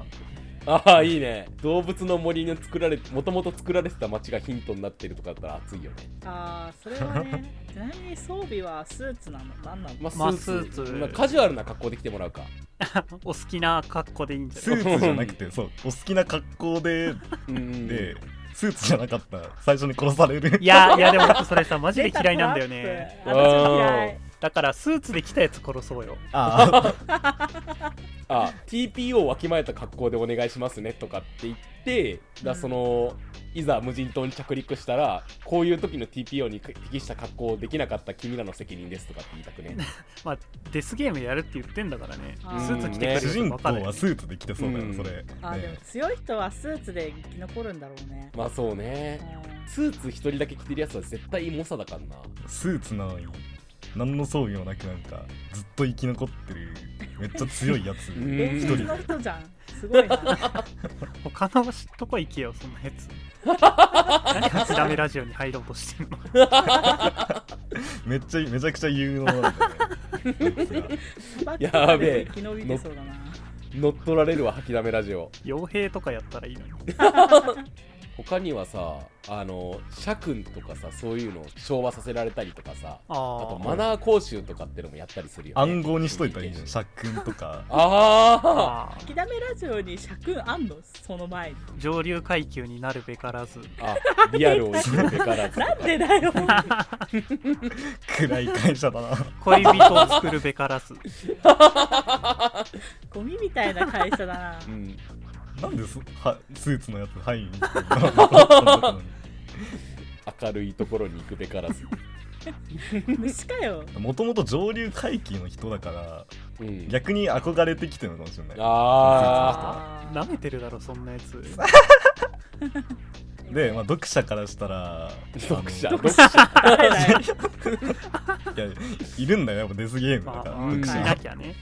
Speaker 1: ああいいね動物の森に作られもともと作られてた街がヒントになってるとかだったら熱いよね
Speaker 3: ああそれは ねちなみに装備はスーツなのなんなの
Speaker 1: ま
Speaker 2: ま
Speaker 1: あ
Speaker 2: あ
Speaker 1: スーツ,、
Speaker 2: スーツ
Speaker 1: まあカジュアルな格好で来てもらうか
Speaker 2: お好きな格好でいいんじ
Speaker 4: ス
Speaker 2: ゃない
Speaker 4: ーツじゃなくてそうお好きな格好で
Speaker 1: うん
Speaker 4: でスーツじゃなかったら最初に殺される
Speaker 2: いやいやでも僕それさマジで嫌いなんだ よね
Speaker 3: 出たトラップ私も嫌い
Speaker 2: だからスーツで来たやつ殺そうよ
Speaker 4: あ
Speaker 1: あ TPO をわきまえた格好でお願いしますねとかって言ってだ
Speaker 3: うん
Speaker 1: そのいざ無人島に着陸したらこういう時の TPO に適した格好をできなかった君らの責任ですとかって言いたくね
Speaker 2: まあデスゲームやるって言ってんだからねス
Speaker 3: あー
Speaker 2: ーツ着てく
Speaker 4: あ
Speaker 2: れ
Speaker 4: 主
Speaker 2: る
Speaker 4: 人
Speaker 2: と分かる
Speaker 4: 公
Speaker 2: よ
Speaker 4: は
Speaker 2: ね
Speaker 4: スーツで来てそうだよ、
Speaker 1: うん
Speaker 4: それ、
Speaker 3: あーでも
Speaker 4: ね
Speaker 3: 強い人はスーツで生き残るんだろうね
Speaker 1: まあそうねスーツ一人だけ着てるやつは絶対猛者だからな
Speaker 4: スーツなのに何の装備もなくなんかずっと生き残ってるめっちゃ強いやつ
Speaker 1: うん
Speaker 3: 伝
Speaker 4: 一
Speaker 3: 説
Speaker 4: 人
Speaker 3: の人じゃんすごい な
Speaker 2: 他のとこ行けよそんなやつ何ハチダメラジオに入ろうとしてるの
Speaker 4: めっちゃめちゃくちゃ有能なんだよねこいつが
Speaker 3: サバッとかでも生き延びてそうだな
Speaker 1: 乗っ取られるは吐きだめラジオ
Speaker 2: 傭兵とかやったらいいのに
Speaker 1: 他にはさあの社訓とかさそういうのを昭和させられたりとかさあ
Speaker 2: あ
Speaker 1: と
Speaker 2: ー
Speaker 1: マナー講習とかってのもやったりするよ、ね、
Speaker 4: 暗号にしといたらいいじゃん借金とか
Speaker 1: あ
Speaker 2: あー
Speaker 3: きだめラジオに尺あんのその前に。
Speaker 2: 上流階級になるべからず
Speaker 1: ーあリアルを生きるべからず
Speaker 3: なんでだ よ。
Speaker 4: 暗い会社だな
Speaker 2: 恋人を作るべからず
Speaker 3: ゴミみたいな会社だな
Speaker 1: う。ん、
Speaker 4: なんでそはスーツのやつはいみたい な
Speaker 1: 明るいところに行くべからず、
Speaker 3: 虫かよ。
Speaker 4: もともと上流階級の人だから
Speaker 1: うん、
Speaker 4: 逆に憧れてきてるのかもしれない
Speaker 1: あ
Speaker 3: あ
Speaker 2: なめてるだろそんなやつ
Speaker 4: で、まあ、読者からしたら
Speaker 1: あ読者
Speaker 4: あの
Speaker 1: 読者
Speaker 3: 誰だよ。
Speaker 4: いやいるんだよやっぱデスゲームだ
Speaker 2: ま
Speaker 4: から、
Speaker 2: あ
Speaker 1: うん
Speaker 2: い
Speaker 4: 読者
Speaker 2: なきゃね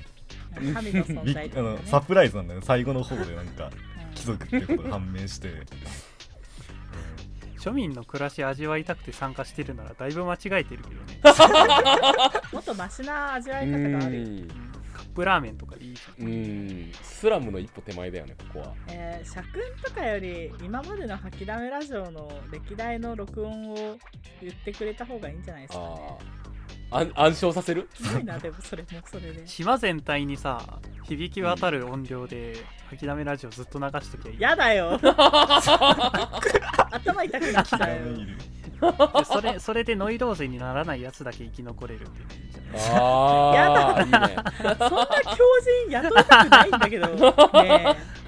Speaker 3: 神の存
Speaker 4: びっ
Speaker 3: 在と
Speaker 4: あ
Speaker 3: かね
Speaker 4: のサプライズなんだよね最後の方でなんか
Speaker 3: うん
Speaker 4: 貴族ってことが判 明して
Speaker 2: 庶民の暮らし味わいたくて参加してるならだいぶ間違えてるけどね
Speaker 3: もっとマシな味わ
Speaker 1: う
Speaker 3: い方があるよ。
Speaker 1: ん
Speaker 2: カップラーメンとかいいじゃん
Speaker 1: うんスラムの一歩手前だよねここは
Speaker 3: えー、社訓とかより今までの吐きだめラジオの歴代の録音を言ってくれた方がいいんじゃないですかね
Speaker 1: ああ暗暗唱させる
Speaker 3: すごいなでもそれもそれで
Speaker 2: 島全体にさ響き渡る音量で吐きだめラジオずっと流しときゃいい
Speaker 3: やだ よ頭痛くなっ
Speaker 4: 気が
Speaker 3: たよ
Speaker 4: め いる
Speaker 2: でそれそれでノイローゼにならないやつだけ生き残れるっていうのいいんじゃない
Speaker 1: ああいいね
Speaker 3: そんな狂人雇いたくないんだ けどね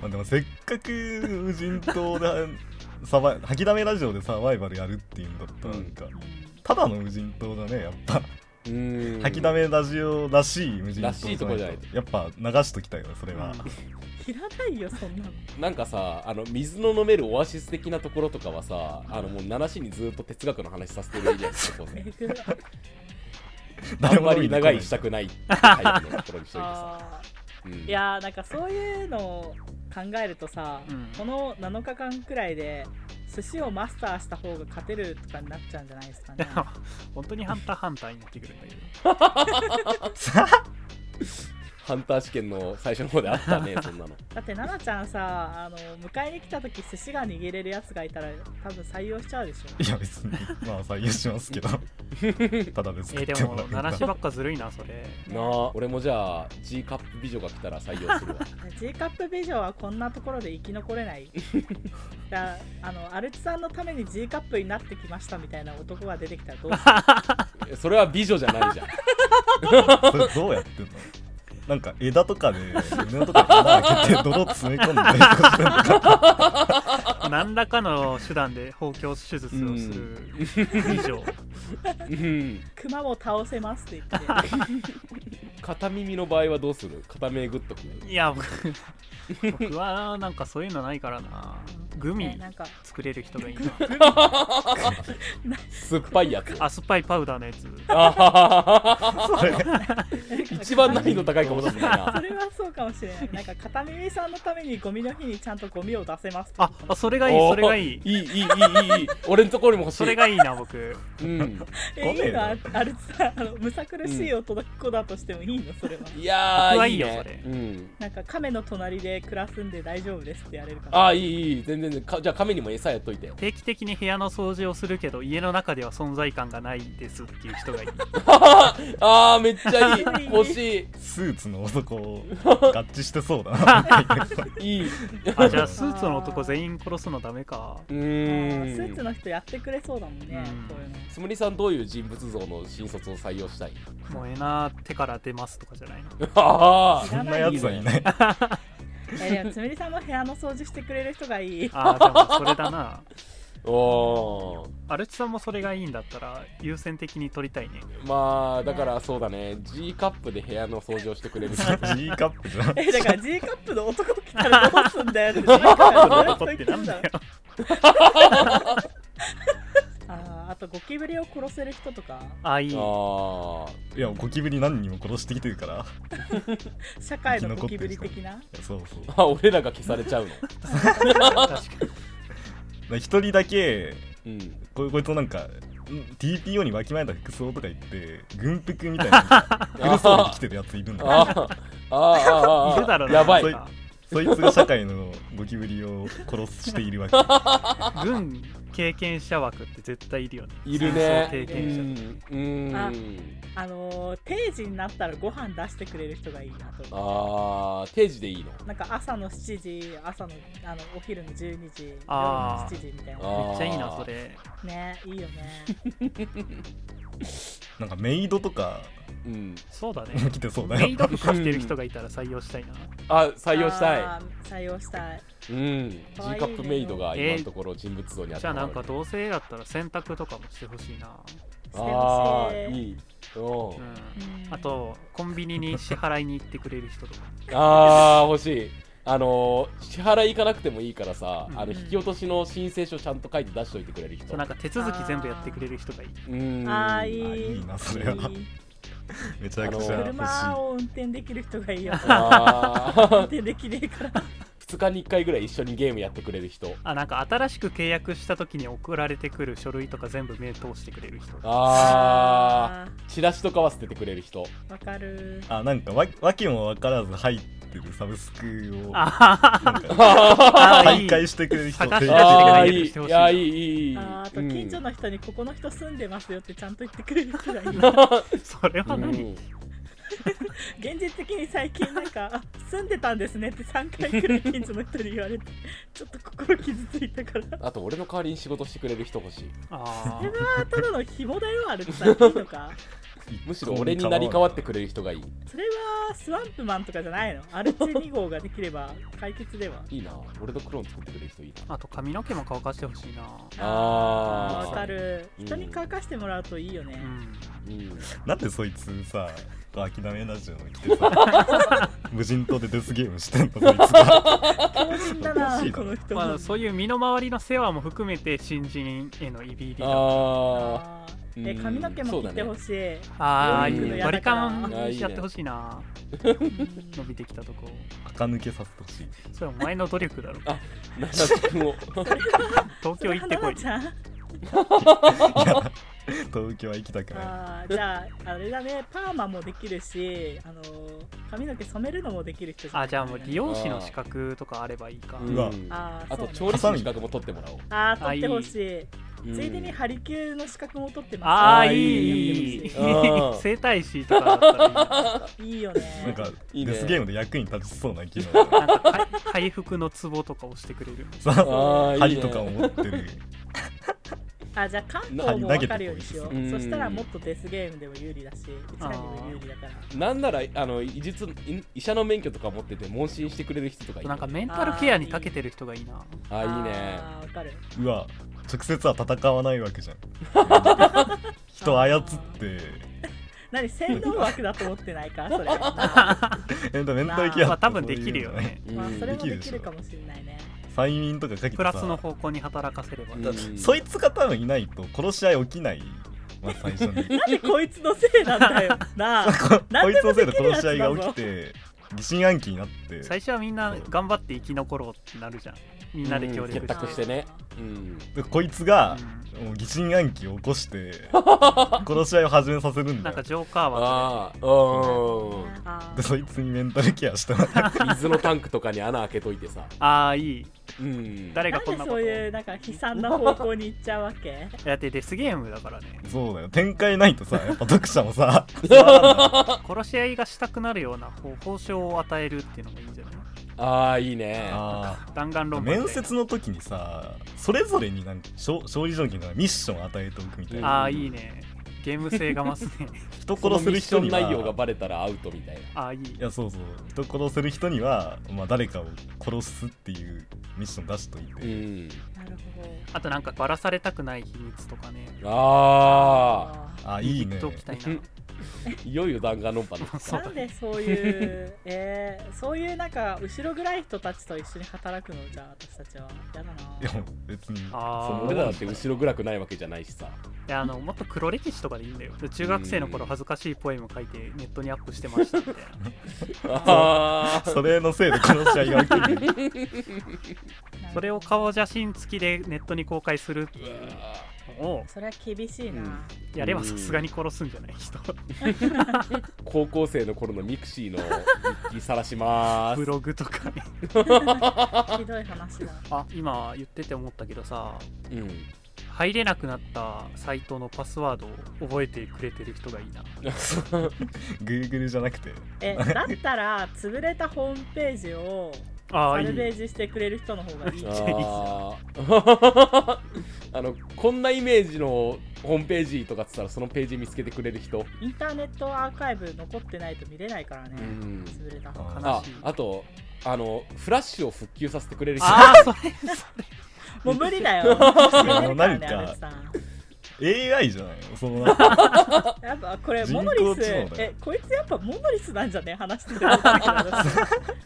Speaker 4: まあ、でもせっかく無人島でサバ吐きだめラジオでサバイバルやるっていうんだったらなんか、ただの無人島だねやっぱ、
Speaker 1: うん
Speaker 4: 吐きだめラジオらしい無人島
Speaker 1: らしいとこじゃないと
Speaker 4: やっぱ流しときたいわそれは、
Speaker 3: えいらないよそん なの
Speaker 1: なんかさあの水の飲めるオアシス的なところとかはさあのもう7しにずっと哲学の話させてるイメージここ
Speaker 3: え
Speaker 1: ね
Speaker 3: ぐ
Speaker 1: あんまり長い
Speaker 4: し
Speaker 1: したくないタイプのところにしといてさ、
Speaker 3: あー
Speaker 1: うん、
Speaker 3: いやーなんかそういうのを考えるとさ、
Speaker 2: うん
Speaker 3: この7日間くらいで寿司をマスターした方が勝てるとかになっちゃうんじゃないですか
Speaker 2: で
Speaker 3: ね
Speaker 2: も本当にハンターハンターになってくるんだけど
Speaker 1: ハンター試験の最初の方であったねそんなの
Speaker 3: だって奈々ちゃんさあの迎えに来た時寿司が握れるやつがいたら多分採用しちゃうでしょ
Speaker 4: いや別にまあ採用します けどただで
Speaker 2: え
Speaker 4: 作
Speaker 2: ー、
Speaker 4: って
Speaker 2: で
Speaker 4: も
Speaker 2: も
Speaker 4: らう
Speaker 2: 七しばっかずるい なそれ
Speaker 1: なあ俺もじゃあ G カップ美女が来たら採用するわ
Speaker 3: G カップ美女はこんなところで生き残れない だあのアルチさんのために G カップになってきましたみたいな男が出てきたらどうす る
Speaker 1: えそれは美女じゃないじゃん
Speaker 4: それどうやってんのなんか枝とかで布とかに穴開けて泥詰め込んでしてんのか
Speaker 2: 何らかの手段で包協手術をする以上
Speaker 1: うん
Speaker 3: 熊も倒せますって言って
Speaker 1: 片耳の場合はどうする片目グッとく
Speaker 2: いや僕僕はなんかそういうのないからなグ
Speaker 3: ね
Speaker 2: ミ
Speaker 3: なんか
Speaker 2: 作れる人がいいな
Speaker 1: 酸っぱいやつ
Speaker 2: アスパイパウダーのやつ
Speaker 1: あはははは
Speaker 4: それ
Speaker 1: 一番難易度高いかもしれない な
Speaker 3: それはそうかもしれないなんか片耳さんのためにゴミの日にちゃんとゴミを出せますっ て
Speaker 2: ああそれがいいそれがいい
Speaker 1: おーいいいいいいいいい俺のところにも欲しい
Speaker 2: それがいいな僕
Speaker 1: うん
Speaker 3: え
Speaker 4: ごめん
Speaker 3: いいのああれさあのむさ苦しい男だとしてもいいのそれは、
Speaker 1: いやー
Speaker 2: 僕はいいよ
Speaker 1: ね
Speaker 2: それ
Speaker 1: うん
Speaker 3: なんか亀の隣で暮らすんで大丈夫ですってやれるから
Speaker 1: あーいいいい全然全然かじゃあ亀にも餌やっといて
Speaker 2: 定期的に部屋の掃除をするけど家の中では存在感がないですっていう 人がいい
Speaker 1: あーめっち ゃいい欲し
Speaker 4: スーツの男を合致してそうだ な
Speaker 1: いいいう
Speaker 2: あじゃあスーツの男全員殺すのダメか
Speaker 3: うんスー
Speaker 1: ー
Speaker 3: ツ
Speaker 1: ん
Speaker 3: の人やってくれそうだもんね
Speaker 2: うん
Speaker 3: こういうの
Speaker 1: つむりさんどういう人物像の新卒を採用したい
Speaker 2: もうええな手から出ますとかじゃないの
Speaker 1: あ
Speaker 3: 知
Speaker 4: そ
Speaker 3: ら
Speaker 4: ん
Speaker 3: な
Speaker 4: ないやつはいない
Speaker 3: えでもつむりさんの部屋の掃除してくれる人がいい
Speaker 2: あーじゃあもうそれだな
Speaker 1: あおー
Speaker 2: アルチさんもそれがいいんだったら優先的に取りたいね
Speaker 1: まあだからそうだね G カップで部屋の掃除をして くれる
Speaker 4: G カップじゃん
Speaker 3: えだから G カップの男来たらどうすんだよ ってなんかずっと言ってんだ ろあーあとゴキブリを殺せる人とか
Speaker 2: あーいい
Speaker 1: ああ
Speaker 4: いやゴキブリ何人も殺してきてるから
Speaker 3: 社会のゴキブリ的ない
Speaker 4: やそうそうだか
Speaker 1: あ 俺らが消されちゃうの
Speaker 2: 確かに
Speaker 4: ら一人だけ
Speaker 1: うん
Speaker 4: こうこいつをなんかん TPO にわきまえた服装とか言って軍服みたいなフル装備着てるやついるんだよ
Speaker 1: あーあーあーあー
Speaker 2: いるだろうな
Speaker 1: やばい
Speaker 2: なんか
Speaker 4: そいつが社会のゴキブリを殺している わけ
Speaker 2: 軍経験者枠って絶対いるよね
Speaker 1: いるね
Speaker 2: 戦争経験者
Speaker 1: うんうん
Speaker 3: ああのー定時になったらご飯出してくれる人がいいなと思う
Speaker 1: あー定時でいいの
Speaker 3: なんか朝の7時朝のあのお昼の12時夜の
Speaker 2: あー
Speaker 3: 7時みたい
Speaker 1: あ
Speaker 3: な
Speaker 2: めっちゃいいなそれ
Speaker 3: ねいいよね
Speaker 4: なんかメイドとか
Speaker 1: うん
Speaker 2: そうだね
Speaker 4: も来てそう だ
Speaker 2: メ
Speaker 4: よ
Speaker 2: イド服着てる人がいたら採用したいな
Speaker 1: あ採用したい
Speaker 3: あー採用したい
Speaker 1: うん、G
Speaker 3: 可愛いね
Speaker 1: カップメイドが今のところ人物像にあって
Speaker 2: じゃあなんか同性だったら洗濯とかもしてほしいな
Speaker 3: して
Speaker 1: あ
Speaker 3: ほ
Speaker 1: あ
Speaker 3: しい
Speaker 1: いいお
Speaker 2: う
Speaker 1: うん
Speaker 3: うん
Speaker 2: あとコンビニに支払いに行ってくれる人とか
Speaker 1: あー欲しいあのー支払い行かなくてもいいからさ、
Speaker 2: うん
Speaker 1: あの引き落としの申請書ちゃんと書いて出しといてくれる人
Speaker 2: そうなんか手続き全部やってくれる人がいい
Speaker 1: うん
Speaker 3: あーい
Speaker 4: あ
Speaker 3: い
Speaker 4: いいなそれはい
Speaker 3: い
Speaker 4: めちゃくちゃ欲しい
Speaker 3: 車を運転できる人 がいいよ
Speaker 1: あ
Speaker 3: 運
Speaker 1: ー
Speaker 3: 転できねえから
Speaker 1: 2日に1回ぐらい一緒にゲームやってくれる人
Speaker 2: あなんか新しく契約した時に送られてくる書類とか全部目通してくれる人
Speaker 1: あーチラシとかは捨ててくれる人
Speaker 3: あーわかる
Speaker 4: あなんかわわけも分からず入ってるサブスクをなん
Speaker 2: あ
Speaker 4: か
Speaker 2: あーい
Speaker 4: 再
Speaker 2: い
Speaker 4: 開してくれる人
Speaker 2: 探し出してく
Speaker 1: あ
Speaker 2: れ
Speaker 1: あ
Speaker 2: る
Speaker 1: いいい
Speaker 2: してほしい
Speaker 1: やいいいいいい
Speaker 3: あーあと
Speaker 1: うん
Speaker 3: 近所の人にここの人住んでますよってちゃんと言ってくれる人がいい
Speaker 2: それは
Speaker 1: う
Speaker 2: 何、
Speaker 1: ん
Speaker 3: 現実的に最近なんかあ住んでたんですねって3回くらい近所の人に言われてちょっと心傷ついたから
Speaker 1: あと俺の代わりに仕事してくれる人欲しい
Speaker 2: あ
Speaker 3: それはただの紐だよあれってさいいのか
Speaker 1: むしろ俺に成り代わってくれる人がいい
Speaker 3: それはスワンプマンとかじゃないのアルチェ2号ができれば解決ではい
Speaker 1: いな俺のクローン作ってくれる人いいな
Speaker 2: ああと髪の毛も乾かしてほしいな
Speaker 1: あー
Speaker 3: わかる
Speaker 1: うん
Speaker 3: 人に乾かしてもらうといいよね
Speaker 2: う、ん
Speaker 1: うん
Speaker 4: なんでそいつさ諦めラジオに来てさ無人島でデスゲームしてんのそいつが
Speaker 3: 強靭だ
Speaker 4: おかしい
Speaker 3: な
Speaker 4: な
Speaker 3: この人
Speaker 2: まあ、そういう身の回りの世話も含めて新人へのいびりだ
Speaker 1: あー
Speaker 3: あーえ
Speaker 1: うん
Speaker 3: 髪の毛も切ってほしい、
Speaker 2: あー
Speaker 1: うん
Speaker 2: いいバリカンにやってほしいな伸びてきたとこ
Speaker 4: 垢抜けさせてほしい
Speaker 2: それはお前の努力だろ
Speaker 1: ななちくんを
Speaker 2: 東京行ってこい
Speaker 3: それは奈々ちゃん
Speaker 4: 東京は行きたくない
Speaker 3: あーじゃああれだねパーマもできるしあのー髪の毛染めるのもできる人
Speaker 2: あじゃあもう
Speaker 3: 利
Speaker 2: 利
Speaker 3: 用
Speaker 2: 用師の資格とかあればいいか、
Speaker 1: うん
Speaker 4: うわ
Speaker 3: あー
Speaker 1: あと調
Speaker 3: そうね
Speaker 1: 理師の資格も取ってもらおう
Speaker 3: あー取ってほしい
Speaker 1: うん
Speaker 3: ついでにハリキューの資格も取ってま
Speaker 2: ああ
Speaker 1: あー
Speaker 2: い
Speaker 1: い
Speaker 2: い
Speaker 3: い
Speaker 2: いい
Speaker 1: うん
Speaker 2: 整体師とかだったらいいな
Speaker 3: すいいよね
Speaker 4: なんか
Speaker 1: いいね
Speaker 4: デスゲームで役に立ちそうな機能
Speaker 2: なんかか回復のツボとかをしてくれる
Speaker 1: あーいい
Speaker 4: 針
Speaker 1: ね
Speaker 4: とかを持ってる
Speaker 3: あじゃあ関東も分かるようにしよ
Speaker 1: 投げ
Speaker 3: う
Speaker 1: てこい
Speaker 3: そしたらもっとデスゲームでも有利だしうちらにも有利だから
Speaker 1: なんならあの医術医医者の免許とか持ってて問診してくれる人とかいい
Speaker 2: なんかメンタルケアに長けてる人がいいな
Speaker 1: あいいね
Speaker 3: あーわかる
Speaker 4: うわ直接は戦わないわけじゃん人を操って
Speaker 3: 何洗脳枠だと思ってないかそれ、
Speaker 4: えだメンタルケアって
Speaker 2: まあ多分
Speaker 4: そう
Speaker 2: で
Speaker 4: いう
Speaker 2: きるよ
Speaker 4: のね
Speaker 2: ね
Speaker 1: うん
Speaker 3: まあ、それも
Speaker 4: でき
Speaker 3: で
Speaker 4: るでし
Speaker 3: き
Speaker 4: ょ
Speaker 3: るかもしれないね
Speaker 4: 催眠とかかけて
Speaker 2: プ
Speaker 4: さ
Speaker 2: ラスの方向に働かせれば、
Speaker 1: うん
Speaker 4: そいつが多分いないと殺し合い起きない、まあ、最初に
Speaker 3: なんでこいつのせいなんだよなあ
Speaker 4: こ
Speaker 3: 何
Speaker 4: こいつの
Speaker 3: でも
Speaker 4: せい
Speaker 3: で
Speaker 4: で
Speaker 3: きるや
Speaker 4: 殺
Speaker 3: つ
Speaker 4: し合い
Speaker 3: だ
Speaker 4: が
Speaker 3: ぞ
Speaker 4: 起きて疑心暗鬼になって
Speaker 2: 最初はみんな頑張って生き残ろうってなるじゃんみんなで
Speaker 1: う
Speaker 2: 協力
Speaker 1: ん結託
Speaker 2: し
Speaker 1: しててねうん
Speaker 4: でこいつが
Speaker 2: う
Speaker 4: もう疑心暗鬼を起こして 殺し合いを始めさせるん
Speaker 2: ん
Speaker 4: だ
Speaker 2: な
Speaker 4: よ
Speaker 2: んかジョーカーは
Speaker 1: ああうん
Speaker 3: あ
Speaker 4: でそいつにメンタルケアしても らう
Speaker 1: 水のタンクとかに穴開けといてさ
Speaker 2: ああいい
Speaker 1: うん
Speaker 2: 誰
Speaker 3: な
Speaker 2: が
Speaker 3: ん
Speaker 2: こん
Speaker 3: で
Speaker 2: なこ
Speaker 3: そう
Speaker 2: と
Speaker 3: いうなんか悲惨な方向に行っちゃうわけ
Speaker 2: だってデスゲームだからね
Speaker 4: そうだよ展開ないとさやっぱ読者も さつまらんだろ
Speaker 2: 殺し合いがしたくなるようなこう報奨を与えるっていうのもいいんじゃない
Speaker 1: ああいいね
Speaker 4: あ
Speaker 2: 弾丸
Speaker 4: ー
Speaker 2: 論
Speaker 4: 面接の時にさそれぞれになんか勝勝利条件のミッションを与えておくみたいな
Speaker 2: ああいいねゲーム性が増すね
Speaker 4: 人
Speaker 1: この
Speaker 4: 殺
Speaker 1: ミ
Speaker 4: せる
Speaker 1: ッショ
Speaker 4: 人
Speaker 1: ン
Speaker 4: には
Speaker 1: 内容がバレたらアウトみたいな
Speaker 2: ああいい
Speaker 4: いやそうそう人殺せる人には、まあ、誰かを殺すっていうミッション出しといて、
Speaker 1: うん
Speaker 3: なるほど
Speaker 2: あとなんかバラされたくない秘密とかね
Speaker 1: ああ
Speaker 4: あいいね
Speaker 2: 言っときたいな
Speaker 1: いよいよ弾丸論破の
Speaker 2: そう
Speaker 3: な
Speaker 2: だ
Speaker 3: ん
Speaker 2: ね
Speaker 3: でそういう、えー、そういうなんか後ろ暗い人たちと一緒に働くのじゃあ私たちは嫌だ
Speaker 4: いやも
Speaker 3: な
Speaker 4: う別に
Speaker 2: あー
Speaker 1: 俺らだって後ろ暗くないわけじゃないしさ
Speaker 2: いやあのもっと黒歴史とかでいいんだよ中学生の頃恥ずかしいポエム書いてネットにアップしてましたみたいな
Speaker 1: あ
Speaker 4: それのせいでこの試合が起き る
Speaker 2: それを顔写真付きでネットに公開するっていう
Speaker 1: ー
Speaker 2: おう
Speaker 3: それは厳しいな、
Speaker 1: うん
Speaker 2: やればさすがに殺すんじゃない人
Speaker 1: 高校生の頃のミクシーの日記さらしま
Speaker 2: ブ
Speaker 1: す。
Speaker 2: ログとかね
Speaker 3: ひどい話だ
Speaker 2: あ今言ってて思ったけどさ
Speaker 1: うん、
Speaker 2: 入れなくなったサイトのパスワードを覚えてくれてる人がいいな
Speaker 4: Google じゃなくて
Speaker 3: えだったら潰れたホームページを
Speaker 2: あ
Speaker 3: サ
Speaker 2: あい
Speaker 3: ルベ
Speaker 2: い
Speaker 3: ージしてくれる人の方がいい
Speaker 1: あーあのこんなイメージのホームページとかっつったらそのページ見つけてくれる人、
Speaker 3: インターネットアーカイブ残ってないと見れないからね、
Speaker 1: うん
Speaker 3: 潰れた方
Speaker 4: あ
Speaker 3: が
Speaker 2: 悲
Speaker 1: あ
Speaker 2: しい
Speaker 1: あとあのフラッシュを復旧させてくれる人
Speaker 2: ああそれ
Speaker 3: もう無理だよ死んでるから
Speaker 4: 何
Speaker 3: ね
Speaker 4: か
Speaker 3: アレクさん
Speaker 4: AI じゃないのそのなんか
Speaker 3: やっぱこれ
Speaker 4: 人
Speaker 3: モ
Speaker 4: 工
Speaker 3: ノリス
Speaker 4: 知能だよ
Speaker 3: えこいつやっぱモノリスなんじゃね話してて思ったけど私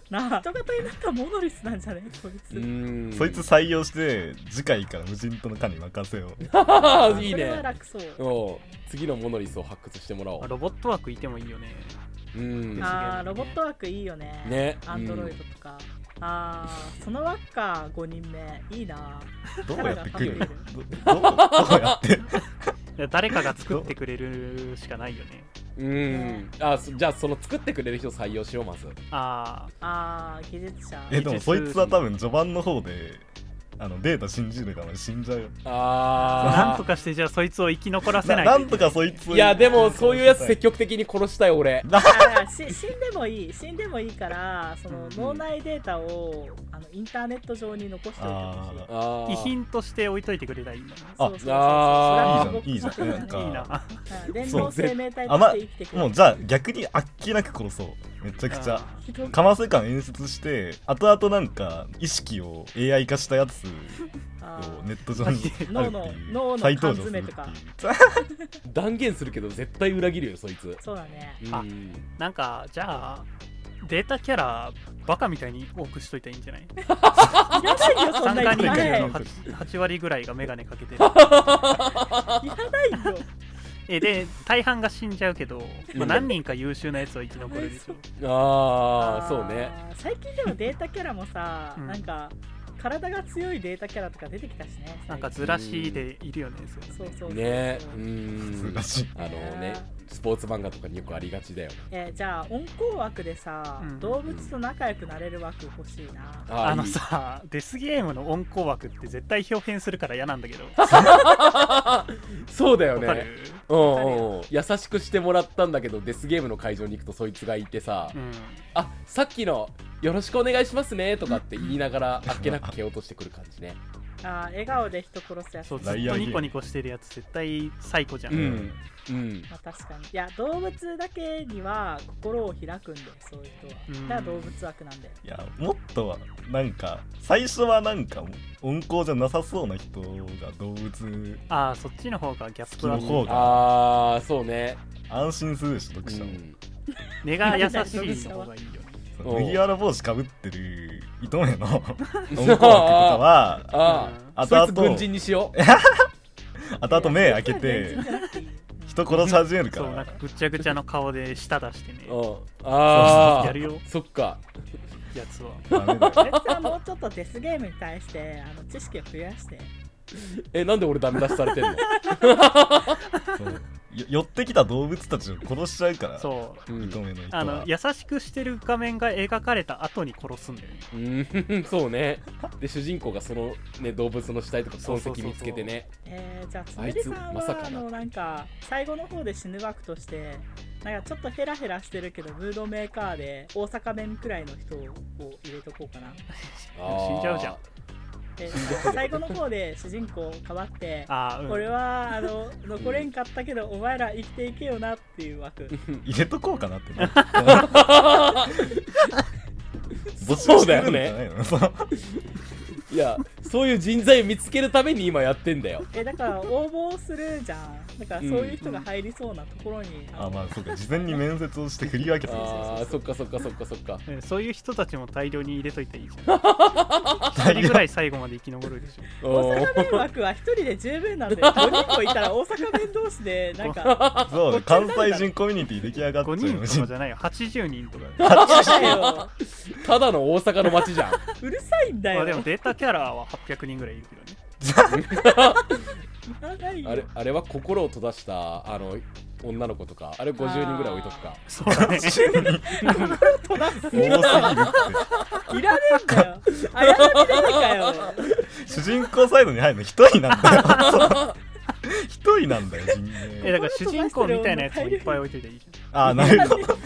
Speaker 3: なあ人型になったモノリスなんじゃねこいつ、
Speaker 1: うん
Speaker 4: そいつ採用して次回から無人島の管理任せよう
Speaker 1: あ ーいい
Speaker 3: それは
Speaker 1: ね
Speaker 3: 楽そう
Speaker 1: うん次のモノリスを発掘してもらおう
Speaker 2: あロボットワークいてもいいよね
Speaker 1: うん
Speaker 3: あーロボットワークいいよね
Speaker 1: ね
Speaker 3: アンドロイドとか、あーその輪っか5人目いいな
Speaker 4: どうやって来る
Speaker 3: だ
Speaker 4: の
Speaker 3: から
Speaker 4: どどうどうやって
Speaker 2: いや誰かが作ってくれるしかないよね
Speaker 1: うんあそじゃあその作ってくれる人採用しようまず
Speaker 2: あ
Speaker 3: あー技術者
Speaker 4: えでもそいつは多分序盤の方であのデータ信じるから死んじゃうよ
Speaker 2: あ
Speaker 1: あー
Speaker 2: なんとかしてじゃあそいつを生き残らせ
Speaker 4: な
Speaker 2: ない
Speaker 4: なんとかそいつ
Speaker 1: いやでもそういうやつ積極的に殺したい俺
Speaker 4: な
Speaker 3: だからし死んでもいい死んでもいいからその
Speaker 2: うん
Speaker 3: 脳内データをあのインターネット上に残しておいてほしい
Speaker 4: あー
Speaker 1: あー
Speaker 2: 遺品として置いといてくれたらいいんだな
Speaker 4: あ
Speaker 3: そうそうそう
Speaker 1: あ
Speaker 3: それはすごく
Speaker 4: いいじゃんいいじゃん
Speaker 3: わかる
Speaker 4: なんか
Speaker 2: いいな
Speaker 3: うん連合生命体と
Speaker 4: あま
Speaker 3: して生きてくれ
Speaker 4: もう
Speaker 3: る
Speaker 4: じゃあ逆にあっけなく殺そうめちゃくちゃ
Speaker 2: あ
Speaker 3: ひどく
Speaker 4: かませ感演出して後々なんか意識を AI 化したやつ
Speaker 3: あ
Speaker 4: を
Speaker 3: ー
Speaker 4: ネット上にあるっていう
Speaker 3: 脳の
Speaker 4: 再登場するってい
Speaker 3: 脳の缶詰とか
Speaker 4: う
Speaker 1: 断言するけど絶対裏切るよそいつ
Speaker 3: そうだね
Speaker 1: う
Speaker 2: あ
Speaker 1: ん
Speaker 2: なんかじゃあデータキャラバカみたいに多くしといたらいいんじゃない
Speaker 3: いらないよそん
Speaker 2: 参
Speaker 3: な
Speaker 2: 加
Speaker 3: に
Speaker 2: 人
Speaker 3: いら
Speaker 2: 間
Speaker 3: ない
Speaker 2: の
Speaker 3: よ
Speaker 2: 8, 割ぐらいがメガネかけてる
Speaker 3: いらないよ
Speaker 2: えで大半が死んじゃうけど、まあ、何人か優秀なやつは生き残れるでしょ
Speaker 1: あ
Speaker 3: ー
Speaker 1: あそうね
Speaker 3: 最近でもデータキャラもさ
Speaker 2: うん
Speaker 3: なんか体が強いデータキャラとか出てきたしね
Speaker 2: なんかずらしでいるよねそういうの
Speaker 3: そう
Speaker 2: ね
Speaker 3: そうそ
Speaker 1: ね
Speaker 3: う
Speaker 1: う
Speaker 4: 普
Speaker 1: ん
Speaker 4: 通らしい
Speaker 1: あのねスポーツ漫画とかによくありがちだよ
Speaker 3: えーじゃあ温厚枠でさ、
Speaker 2: うん
Speaker 3: 動物と仲良くなれる枠欲しいな、
Speaker 1: あー
Speaker 2: あの
Speaker 1: いい
Speaker 2: さデスゲームの音効枠って絶対表変するから嫌なんだけど
Speaker 1: そうだよ
Speaker 2: わ
Speaker 1: ねうん
Speaker 2: かる、
Speaker 3: かる
Speaker 1: うんうん優しくしてもらったんだけどデスゲームの会場に行くとそいつがいてさ
Speaker 2: うん、
Speaker 1: 「あさっきのよろしくお願いしますね」とかって言いながらあっけなく蹴落としてくる感じね
Speaker 3: あー笑顔で人殺すやつ
Speaker 2: そうず
Speaker 4: ラ
Speaker 2: っ
Speaker 4: イア
Speaker 2: と
Speaker 4: ーゲーム
Speaker 2: ニコニコしてるやつ絶対最古じゃん、
Speaker 1: うん
Speaker 4: ん
Speaker 1: うん
Speaker 3: まあ、確かにいや動物だけには心を開くんでそういう人は、
Speaker 2: うん
Speaker 3: だから動物枠なんで
Speaker 4: いやもっとはなんか最初はなんか温厚じゃなさそうな人が動物
Speaker 2: ああそっちの方がギャップは
Speaker 4: 好きの方
Speaker 1: ああそうね
Speaker 4: 安心するでしょ読
Speaker 1: う
Speaker 4: 者も、
Speaker 1: ん
Speaker 2: 根が優しいの方がいいよね
Speaker 4: そ
Speaker 1: お
Speaker 4: の
Speaker 1: う
Speaker 4: 麦わら帽子かぶってる 糸目の温厚枠とかは
Speaker 1: あ
Speaker 2: うん
Speaker 1: あ
Speaker 4: あ
Speaker 1: そ
Speaker 4: と
Speaker 1: い
Speaker 4: あ
Speaker 1: つ
Speaker 4: と
Speaker 1: 軍人にし よう
Speaker 4: 後々目開けて人殺し始めるか
Speaker 2: そうなん
Speaker 4: ら
Speaker 2: かぐっちゃぐちゃの顔で舌出してね
Speaker 1: うんああ
Speaker 2: やるよ
Speaker 1: そっか
Speaker 2: やつは
Speaker 4: ダメだよ
Speaker 3: あれはもうちょっとデスゲームに対してあの知識を増やして
Speaker 1: えなんで俺ダメ出しされてん の
Speaker 4: そうよ寄ってきた動物たちを殺しちゃうから
Speaker 2: そう
Speaker 1: うん
Speaker 4: 糸目の人
Speaker 2: あ
Speaker 4: は
Speaker 2: の優しくしてる画面が描かれた後に殺すんだよね
Speaker 1: うん、そうね。で、主人公がその、ね、動物の死体とか
Speaker 2: そう
Speaker 1: 痕
Speaker 2: そうそうそ
Speaker 1: 跡
Speaker 2: う
Speaker 1: 見つけてね。
Speaker 3: えー、じゃあつ
Speaker 1: あ
Speaker 3: む
Speaker 1: い
Speaker 3: り
Speaker 1: つ
Speaker 3: さん
Speaker 1: まさ
Speaker 3: は
Speaker 1: か
Speaker 3: あ
Speaker 1: な
Speaker 3: のなんか最後の方で死ぬ枠としてなんかちょっとヘラヘラしてるけどムードメーカーで大阪弁くらいの人を入れとこうかな
Speaker 1: あー
Speaker 2: 死んじゃうじゃん。
Speaker 3: で最後の方で主人公変わって
Speaker 2: ああ、うん、
Speaker 3: 俺はあの残れんかったけどお前ら生きていけよなっていう枠
Speaker 4: 入れとこうかなってね募集
Speaker 1: そう
Speaker 4: し
Speaker 1: だ
Speaker 4: て
Speaker 1: よ
Speaker 4: るんじ
Speaker 1: ね。
Speaker 4: ゃ ないのそう
Speaker 1: いや、そういう人材を見つけるために今やってんだよ。
Speaker 3: えだから応募するじゃんだからそういう人が入りそうなところに、
Speaker 4: あまあそうか事前に面接をして振り分けて
Speaker 1: ああ、そっかそっかそっかそっ か。
Speaker 2: うんそういう人たちも大量に入れといたらいいじゃん。
Speaker 4: 大
Speaker 2: 一人
Speaker 4: 量
Speaker 2: ぐらい最後まで生き残るでしょ。
Speaker 1: お
Speaker 3: 大
Speaker 1: ー
Speaker 3: 阪弁枠は一人で十分なんで5人もいたら大阪弁同士でなん か
Speaker 4: そうだ関西人コミュニティ出来上がっ
Speaker 2: 5
Speaker 4: ちゃ
Speaker 2: 人
Speaker 4: う
Speaker 2: とかじゃないよ、80人とか。
Speaker 3: だよ
Speaker 1: ただの大阪の街 じゃん。
Speaker 3: うるさいんだ
Speaker 2: まあで
Speaker 3: よ
Speaker 2: もデータキャラは800人ぐらいいるけどね。
Speaker 3: あないよ
Speaker 1: あれあれは心を閉ざしたあの女の子とかあれ50人ぐらい置いとくか
Speaker 2: そうだね。
Speaker 3: トランプ
Speaker 4: 多すぎる
Speaker 3: いらねえんだよあやられないかよ
Speaker 4: って主人公サイドに入るの一人なんだよ一人なんだよ人
Speaker 2: え、だから主人公みたいなやつもいっぱい置いといていいじ
Speaker 4: ああなるほど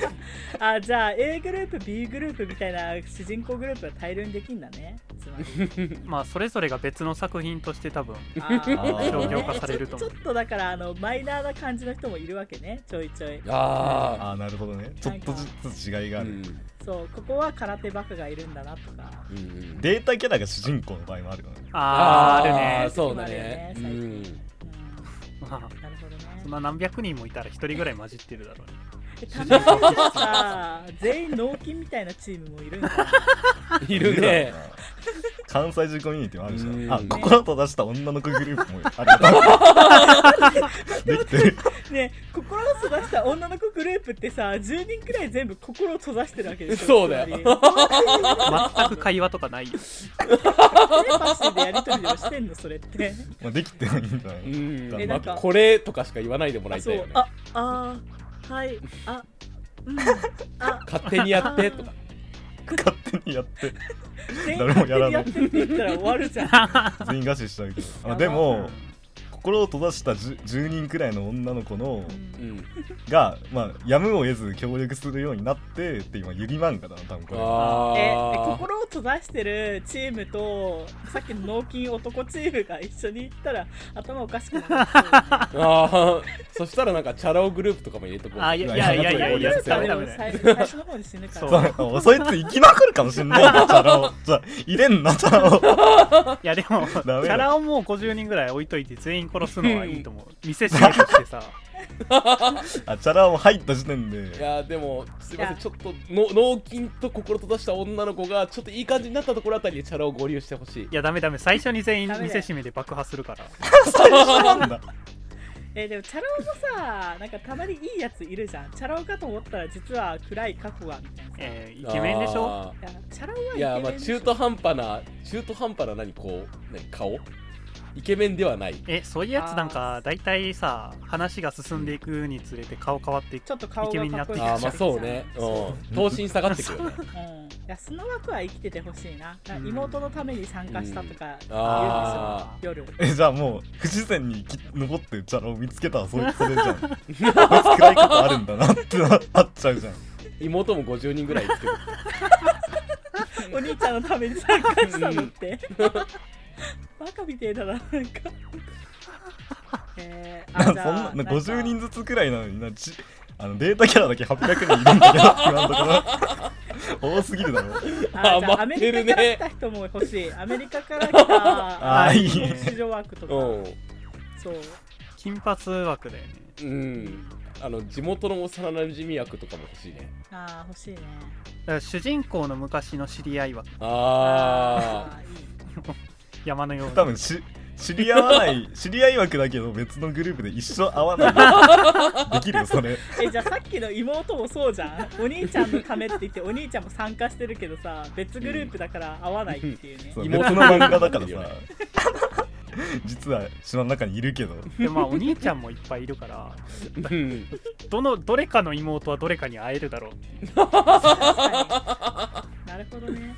Speaker 3: あじゃあ A グループ B グループみたいな主人公グループは大量にできんだねつまり
Speaker 2: ゃん。まあ、それぞれが別の作品として多分、
Speaker 3: あー
Speaker 4: 商業
Speaker 2: 化されると思う
Speaker 3: ちょっとだからあのマイナーな感じの人もいるわけねちょいちょい
Speaker 1: あ
Speaker 4: ああなるほどねちょっとずつ違い
Speaker 1: あ
Speaker 4: が
Speaker 1: う
Speaker 4: あ
Speaker 1: ん
Speaker 4: る、
Speaker 3: そうここは空手バカがいるんだなとか
Speaker 1: うんうん
Speaker 4: データキャラが主人公の場合もあるよね
Speaker 2: あー、あるね。
Speaker 1: そうだね
Speaker 3: そうだよねう
Speaker 2: まあ
Speaker 3: んなるほど
Speaker 2: そん
Speaker 3: ね
Speaker 2: な何百人もいたら一人ぐらい混じってるだろうね。
Speaker 3: えたまにさ全員納金みたいなチームもいるんだね
Speaker 1: うんいる ね
Speaker 4: 関西人コミュニティもあるし
Speaker 1: うん
Speaker 4: なあ心と出した女の子グループもあ るよできてる
Speaker 3: ね心を閉ざした女の子グループってさ10人くらい全部心を閉ざしてるわけでしょ
Speaker 1: そうだよ
Speaker 3: つまり
Speaker 2: 全く会話とかないよ。
Speaker 3: テレパシーでやり取りをしてんのそれって
Speaker 4: まあできてないんじゃな
Speaker 1: う
Speaker 4: い
Speaker 1: んま
Speaker 4: え
Speaker 3: な
Speaker 1: あ
Speaker 3: んか
Speaker 1: これとかしか言わないでもらいた
Speaker 3: そ
Speaker 1: いよ
Speaker 3: う
Speaker 1: ね
Speaker 3: ああーはいあうんあ
Speaker 1: 勝手にや って とか
Speaker 4: 勝手にやって
Speaker 3: 全員
Speaker 4: 誰もやらない
Speaker 3: 勝手にやってって言ったら終わる じゃん
Speaker 4: 全員餓死しちゃうけど
Speaker 3: やば
Speaker 4: あでも心を閉ざした 10, 10人くらいの女の子の
Speaker 1: うん
Speaker 4: が、まあ、やむを得ず協力するようになってって今ゆり漫画だな多分これ
Speaker 1: あ
Speaker 3: えで
Speaker 1: あ
Speaker 3: 心を閉ざしてるチームとさっきの納金男チームが一緒に行ったら頭おかしくなる
Speaker 1: ああそしたらなんかチャラ男グループとかも入れとこう
Speaker 2: あーいやいやいやいや いや
Speaker 1: そう
Speaker 2: ダメ
Speaker 3: で
Speaker 2: ダ
Speaker 3: も
Speaker 2: メ
Speaker 3: 最最初の方に死ぬから
Speaker 2: そう
Speaker 4: そうそいつ生き残るかもしんない なチャラをじゃあ入れんなチャラを
Speaker 2: いやでも、チ
Speaker 4: だ
Speaker 2: ャラをもう50人ぐらい置いといて全員殺すのはいいと思う。見せしめとしてさ。
Speaker 4: あチャラを入った時点
Speaker 1: い
Speaker 4: で
Speaker 1: やーでもすいませ
Speaker 3: い
Speaker 1: ん
Speaker 3: や
Speaker 1: ちょっとの脳筋と心閉ざした女の子がちょっといい感じになったところあたりでチャラを合流してほしい
Speaker 2: いやダメダメ最初に全員
Speaker 3: ダメだ
Speaker 2: 見
Speaker 3: よ
Speaker 2: せしめで爆破するから
Speaker 4: 最初なんだ
Speaker 3: えーでもチャラ男もさなんかたまにいいやついるじゃんチャラ男かと思ったら実は暗い過去がみたいなさ
Speaker 2: えーイケメンでしょ
Speaker 1: あ
Speaker 3: いやチャラ男
Speaker 1: ーい
Speaker 3: はイケメ
Speaker 1: やーまあ
Speaker 3: ンでしょ
Speaker 1: 中途半端な中途半端な何こう何顔イケメンではない
Speaker 2: えそういうやつなんか大体さ話が進んでいくにつれて顔変わっていく
Speaker 3: ちょっと顔がかっこ
Speaker 2: イケメン
Speaker 3: よ
Speaker 2: に
Speaker 3: く
Speaker 2: な
Speaker 1: あ
Speaker 2: っ
Speaker 1: ー
Speaker 2: て
Speaker 1: まあそうねうん等身下がってく るよね
Speaker 3: うん、いやその枠は生きててほしいななんか
Speaker 2: うん
Speaker 3: 妹のために参加したとか言
Speaker 1: あ
Speaker 3: うんですよ、
Speaker 4: えじゃあもう不自然に生き残ってるチャラを見つけたらそれそれじゃんこいつ暗いことあるんだなってななっちゃうじゃん
Speaker 1: 妹も50人ぐらいいるけど
Speaker 3: 夜お兄ちゃんのために参加したのってバカみてえだななんかえー、
Speaker 4: な
Speaker 3: あ
Speaker 4: そん
Speaker 3: じ
Speaker 4: な
Speaker 3: ゃあ
Speaker 4: な
Speaker 3: なんか
Speaker 4: 50人ずつくらいなのになちあのデータキャラだけ800人いるんだけど今のところ多すぎるだろ
Speaker 3: あじゃあア
Speaker 1: 待
Speaker 3: メ
Speaker 1: ってる
Speaker 3: リ
Speaker 1: ね
Speaker 3: カから来た人も欲しいアメリカから来た
Speaker 4: あーいいね
Speaker 3: 市場枠とか、
Speaker 1: う
Speaker 3: そう
Speaker 2: 金髪枠だよね
Speaker 1: んうんあの地元の幼なじみ役とかも欲しいね
Speaker 3: あー欲しいね
Speaker 2: だから主人公の昔の知り合いは
Speaker 1: あ
Speaker 3: あーいい
Speaker 2: 山のように
Speaker 4: 多分し知り合わない知り合い枠だけど別のグループで一生会わないできるよそれ
Speaker 3: えじゃあさっきの妹もそうじゃんお兄ちゃんのためって言ってお兄ちゃんも参加してるけどさ別グループだから合わないっていうね、
Speaker 4: そう
Speaker 1: 妹
Speaker 4: 別の漫画だからさ実は島の中にいるけど
Speaker 2: でまあお兄ちゃんもいっぱいいるから
Speaker 1: ーうん
Speaker 2: どのどれかの妹はどれかに会えるだろう
Speaker 3: はいなるほどね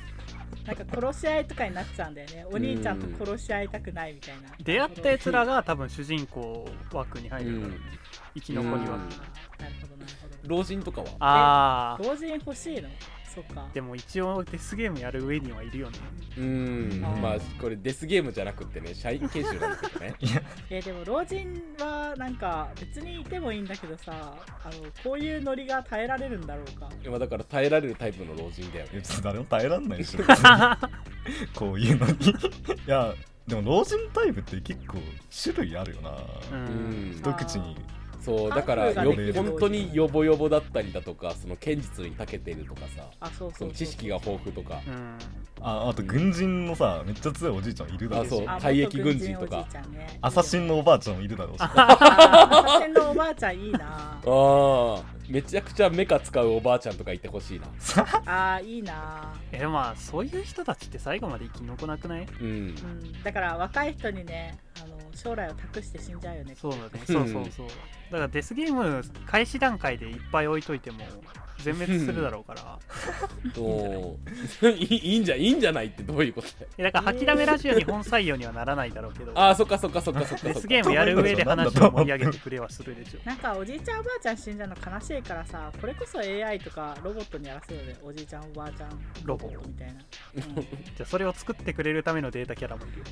Speaker 3: なんか殺し合いとかになっちゃうんだよねお兄ちゃんと殺し合いたくないみたいな
Speaker 2: 出会ったやつらが多分主人公枠に入るだろうね、生き残り
Speaker 1: う
Speaker 2: は
Speaker 1: ん
Speaker 3: なるほどなるほど
Speaker 1: 老人とかは
Speaker 2: ああ
Speaker 3: 同人欲しいのそっか
Speaker 2: でも一応デスゲームやる上にはいるよね
Speaker 1: うん
Speaker 3: あー
Speaker 1: まあこれデスゲームじゃなくってね社員研修なんですけどね
Speaker 3: えでも老人はなんか別にいてもいいんだけどさあのこういうノリが耐えられるんだろうか
Speaker 1: まあだから耐えられるタイプの老人だよね
Speaker 4: いや別に誰も耐えらんないでしょこういうのにいやでも老人タイプって結構種類あるよな、
Speaker 2: うん、
Speaker 1: うん
Speaker 4: 一口に
Speaker 1: そうだから
Speaker 3: カ
Speaker 4: ン
Speaker 1: よ
Speaker 4: フーができる
Speaker 1: 本当にヨボヨボだったりだとかその剣術に長けてるとかさ
Speaker 3: あそう
Speaker 1: そ
Speaker 3: そうそう
Speaker 1: の知識が豊富とか
Speaker 2: うん
Speaker 4: ああと軍人のさめっちゃ強いおじいちゃんいるだろうし
Speaker 1: あそう
Speaker 3: あ
Speaker 1: 退役軍人とか
Speaker 3: 元軍人おじいちゃんね
Speaker 4: アサシンのおばあちゃんもいるだろうし
Speaker 3: あーアサシンのおばあちゃんいいな
Speaker 1: ああめちゃくちゃメカ使うおばあちゃんとかいてほしいな
Speaker 3: あーいいな
Speaker 2: えまあそういう人たちって最後まで生き残らなくない
Speaker 1: うん
Speaker 3: うんだから若い人にねあの将来を託して死んじゃうよね
Speaker 2: そうだねそうそうそうだからデスゲーム開始段階でいっぱい置いといても全滅するだろうから
Speaker 1: お ーいいいいんじゃいいんじゃないってどういうことだよ
Speaker 2: えだから吐きだめラジオに本採用にはならないだろうけど
Speaker 1: ああそっかそっかそっかそっか
Speaker 2: デ
Speaker 1: そっか
Speaker 2: スゲームやる上で話を盛り上げてくれはするでしょ
Speaker 3: なんかおじいちゃんおばあちゃん死んじゃうの悲しいからさこれこそ AI とかロボットにやらせようでおじいちゃんおばあちゃん
Speaker 2: ロボ
Speaker 3: みたいな、 うん、もう
Speaker 2: じゃあそれを作ってくれるためのデータキャラもいるよ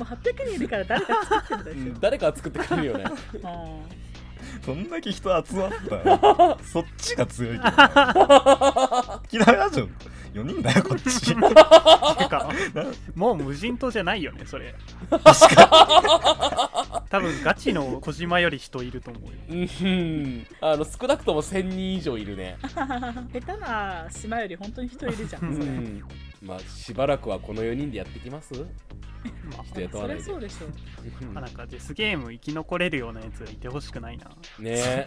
Speaker 3: 800人いるから誰か作ってるんだ
Speaker 1: 誰か作ってくれるよね
Speaker 3: よ、うん
Speaker 4: そんだけ人集まった らそっちが強いけど嫌いラジオ4人だよこっ ち
Speaker 2: てかもう無人島じゃないよねそれ
Speaker 4: 確か
Speaker 2: 多分ガチの小島より人いると思うよ
Speaker 1: うんあの少なくとも1000人以上いるね
Speaker 3: 下手な島より本当に人いるじゃ
Speaker 1: うん
Speaker 3: それ
Speaker 1: んまあしばらくはこの4人でやってきます
Speaker 2: ま
Speaker 1: ちょっと雇わな
Speaker 3: そ
Speaker 1: い
Speaker 3: れ
Speaker 1: で
Speaker 3: そうでしょ
Speaker 2: あなんかデスゲーム生き残れるようなやついてほしくないな
Speaker 1: ねえ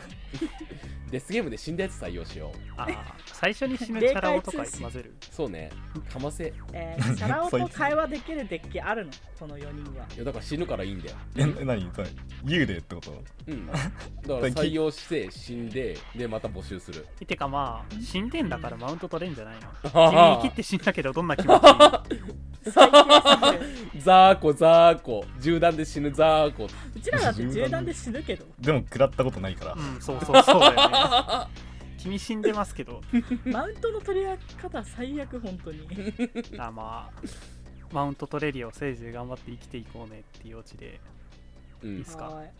Speaker 1: デスゲームで死んだやつ採用しよう
Speaker 2: あー最初に死ぬキャラ男とか混ぜる
Speaker 1: そうねかませい
Speaker 3: えー、シャラオと会話できるデッキあるのこの4人は
Speaker 1: やだから死ぬからいいんだよ
Speaker 4: えな何それ幽霊ってこと
Speaker 1: うんだから採用して死んででまた募集する
Speaker 2: てかまあ死んでんだからマウント取れんじゃないの
Speaker 1: あー
Speaker 2: 君生きって死んだけどどんな気持ち
Speaker 3: 最低すぎる
Speaker 1: ザーコザーコ銃弾で死ぬザーコ
Speaker 3: うちらだって銃弾で死ぬけど
Speaker 4: でも食らったことないから
Speaker 2: うんそうそうそうだよね君死んでますけ ど
Speaker 3: マウントの取り方最悪本当に
Speaker 2: あまあマウント取れるよせいぜい頑張って生きていこうねっていうオチで
Speaker 1: う
Speaker 2: いい
Speaker 1: ん
Speaker 2: っすか
Speaker 3: はい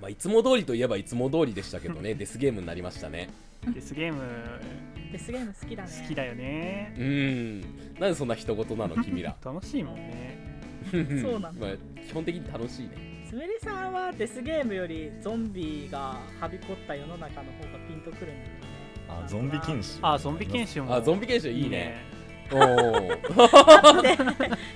Speaker 1: まあいつも通りといえばいつも通りでしたけどねデスゲームになりましたね
Speaker 2: デスゲーム
Speaker 3: デスゲーム好きだね
Speaker 2: 好きだよね
Speaker 1: うんなんでそんな人事なの君ら
Speaker 2: 楽しいもんね
Speaker 3: そうなの
Speaker 1: まあ、基本的に楽しいね
Speaker 3: すみれさんはデスゲームよりゾンビがはびこった世の中の方がピンとくるんだ よね
Speaker 4: あゾンビ研修
Speaker 2: あゾンビ研修も
Speaker 1: あゾンビ研修いいねおお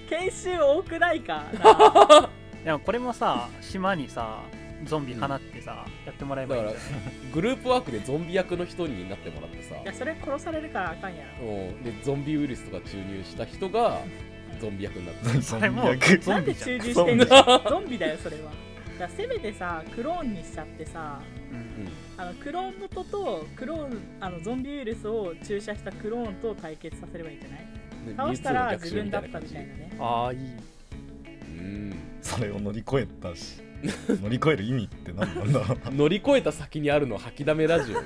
Speaker 3: 研修多くないかな
Speaker 2: でもこれもさ島にさゾンビ放ってさ、やってもらえ
Speaker 1: だ
Speaker 2: ば
Speaker 1: か
Speaker 2: いいん
Speaker 1: ら
Speaker 2: じゃない
Speaker 1: グループワークでゾンビ役の人になってもらってさ
Speaker 3: いやそれ殺されるからあかんやろ
Speaker 1: うんでゾンビウイルスとか注入した人がゾンビ役になってる
Speaker 4: ゾ
Speaker 2: そ
Speaker 4: ン
Speaker 2: れ
Speaker 4: ビ
Speaker 2: もう
Speaker 4: 役
Speaker 2: ゾ
Speaker 3: なん
Speaker 2: ンビ
Speaker 3: で
Speaker 2: じ
Speaker 3: 中流
Speaker 2: ゃん、
Speaker 3: してんのゾンビだよそれはだからせめてさクローンにしちゃってさ
Speaker 2: うん
Speaker 3: あのクローン元とクローンあのゾンビウイルスを注射したクローンと対決させればいいんじゃない
Speaker 1: で
Speaker 3: 倒したら自分だった
Speaker 1: 感
Speaker 3: み
Speaker 1: じ
Speaker 3: たいなね
Speaker 2: ああいい
Speaker 1: うん
Speaker 4: それを乗り越えたし乗り越える意味って何なんだろう
Speaker 1: 乗り越えた先にあるのは吐きだめラジオよ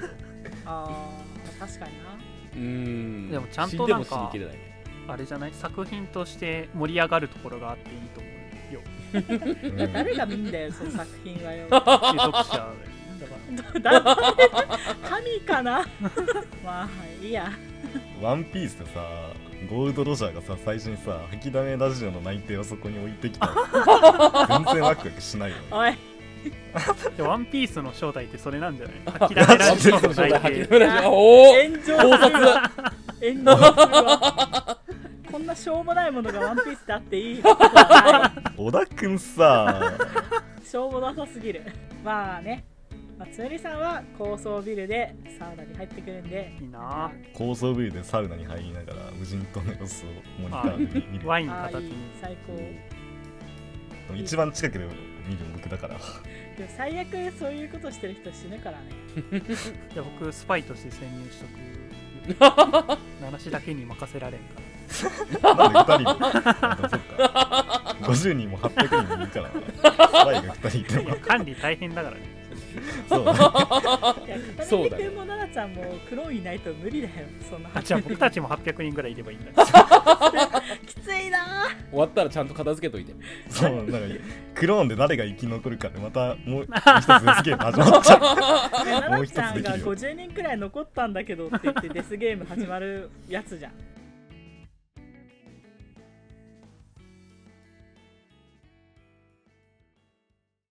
Speaker 3: あー確かにな
Speaker 1: うん
Speaker 2: でもちゃんとなんか
Speaker 1: 死んでも死にきれ ない
Speaker 2: あれじゃない作品として盛り上がるところがあっていいと思うよ
Speaker 4: うん
Speaker 3: 誰が見んだよその作品はよ
Speaker 2: 読者だから
Speaker 3: だ神かな まあいいや
Speaker 4: ワンピースでさゴールド・ロジャーがさ最初にさ「吐きだめラジオ」の内定をそこに置いてきた 全然ワクワクしないよね
Speaker 3: おい
Speaker 2: でワンピースの正体ってそれなんじゃない諦められるの
Speaker 1: そうだ
Speaker 2: 内
Speaker 1: 吐き
Speaker 2: 定
Speaker 1: だめラジオおお
Speaker 3: 炎上するわ炎上するわこんなしょうもないものがワンピースであっていい ことはな
Speaker 4: 小田くんさ
Speaker 3: いしょうもなさすぎるまあねまあ、つむりさんは高層ビルでサウナに入ってくるんで
Speaker 2: いいな
Speaker 4: 高層ビルでサウナに入りながら無人島の様子をモニターで見る
Speaker 2: ワイン
Speaker 3: ああ
Speaker 2: 片
Speaker 3: い
Speaker 2: 手
Speaker 3: い
Speaker 2: に
Speaker 3: 最高
Speaker 4: 一番近くで見る僕だから
Speaker 3: でも最悪そういうことしてる人死 ぬからね
Speaker 2: じゃあ僕スパイとして潜入しとく七しだけに任せられんから
Speaker 4: なんで2人もあでもそっか50人も800人もいるからなスパイが2人いて
Speaker 2: い
Speaker 4: も
Speaker 2: や管理大変だからね
Speaker 4: そうだ
Speaker 3: いや片
Speaker 1: そう
Speaker 3: 手
Speaker 1: だね
Speaker 3: 君も奈々ちゃんもクローンいないと無理だよそんな
Speaker 2: あじゃあ僕たちも800人ぐらいいればいいんだ
Speaker 3: きついな
Speaker 1: 終わったらちゃんと片付けといて
Speaker 4: そうなんかクローンで誰が生き残るかでまたもう一つデスゲーム始まっちゃう
Speaker 3: 奈
Speaker 4: もう
Speaker 3: 々
Speaker 4: 一つ
Speaker 3: ちゃん
Speaker 4: でき
Speaker 3: が
Speaker 4: るよ
Speaker 3: 50人くらい残ったんだけどって言ってデスゲーム始まるやつじゃん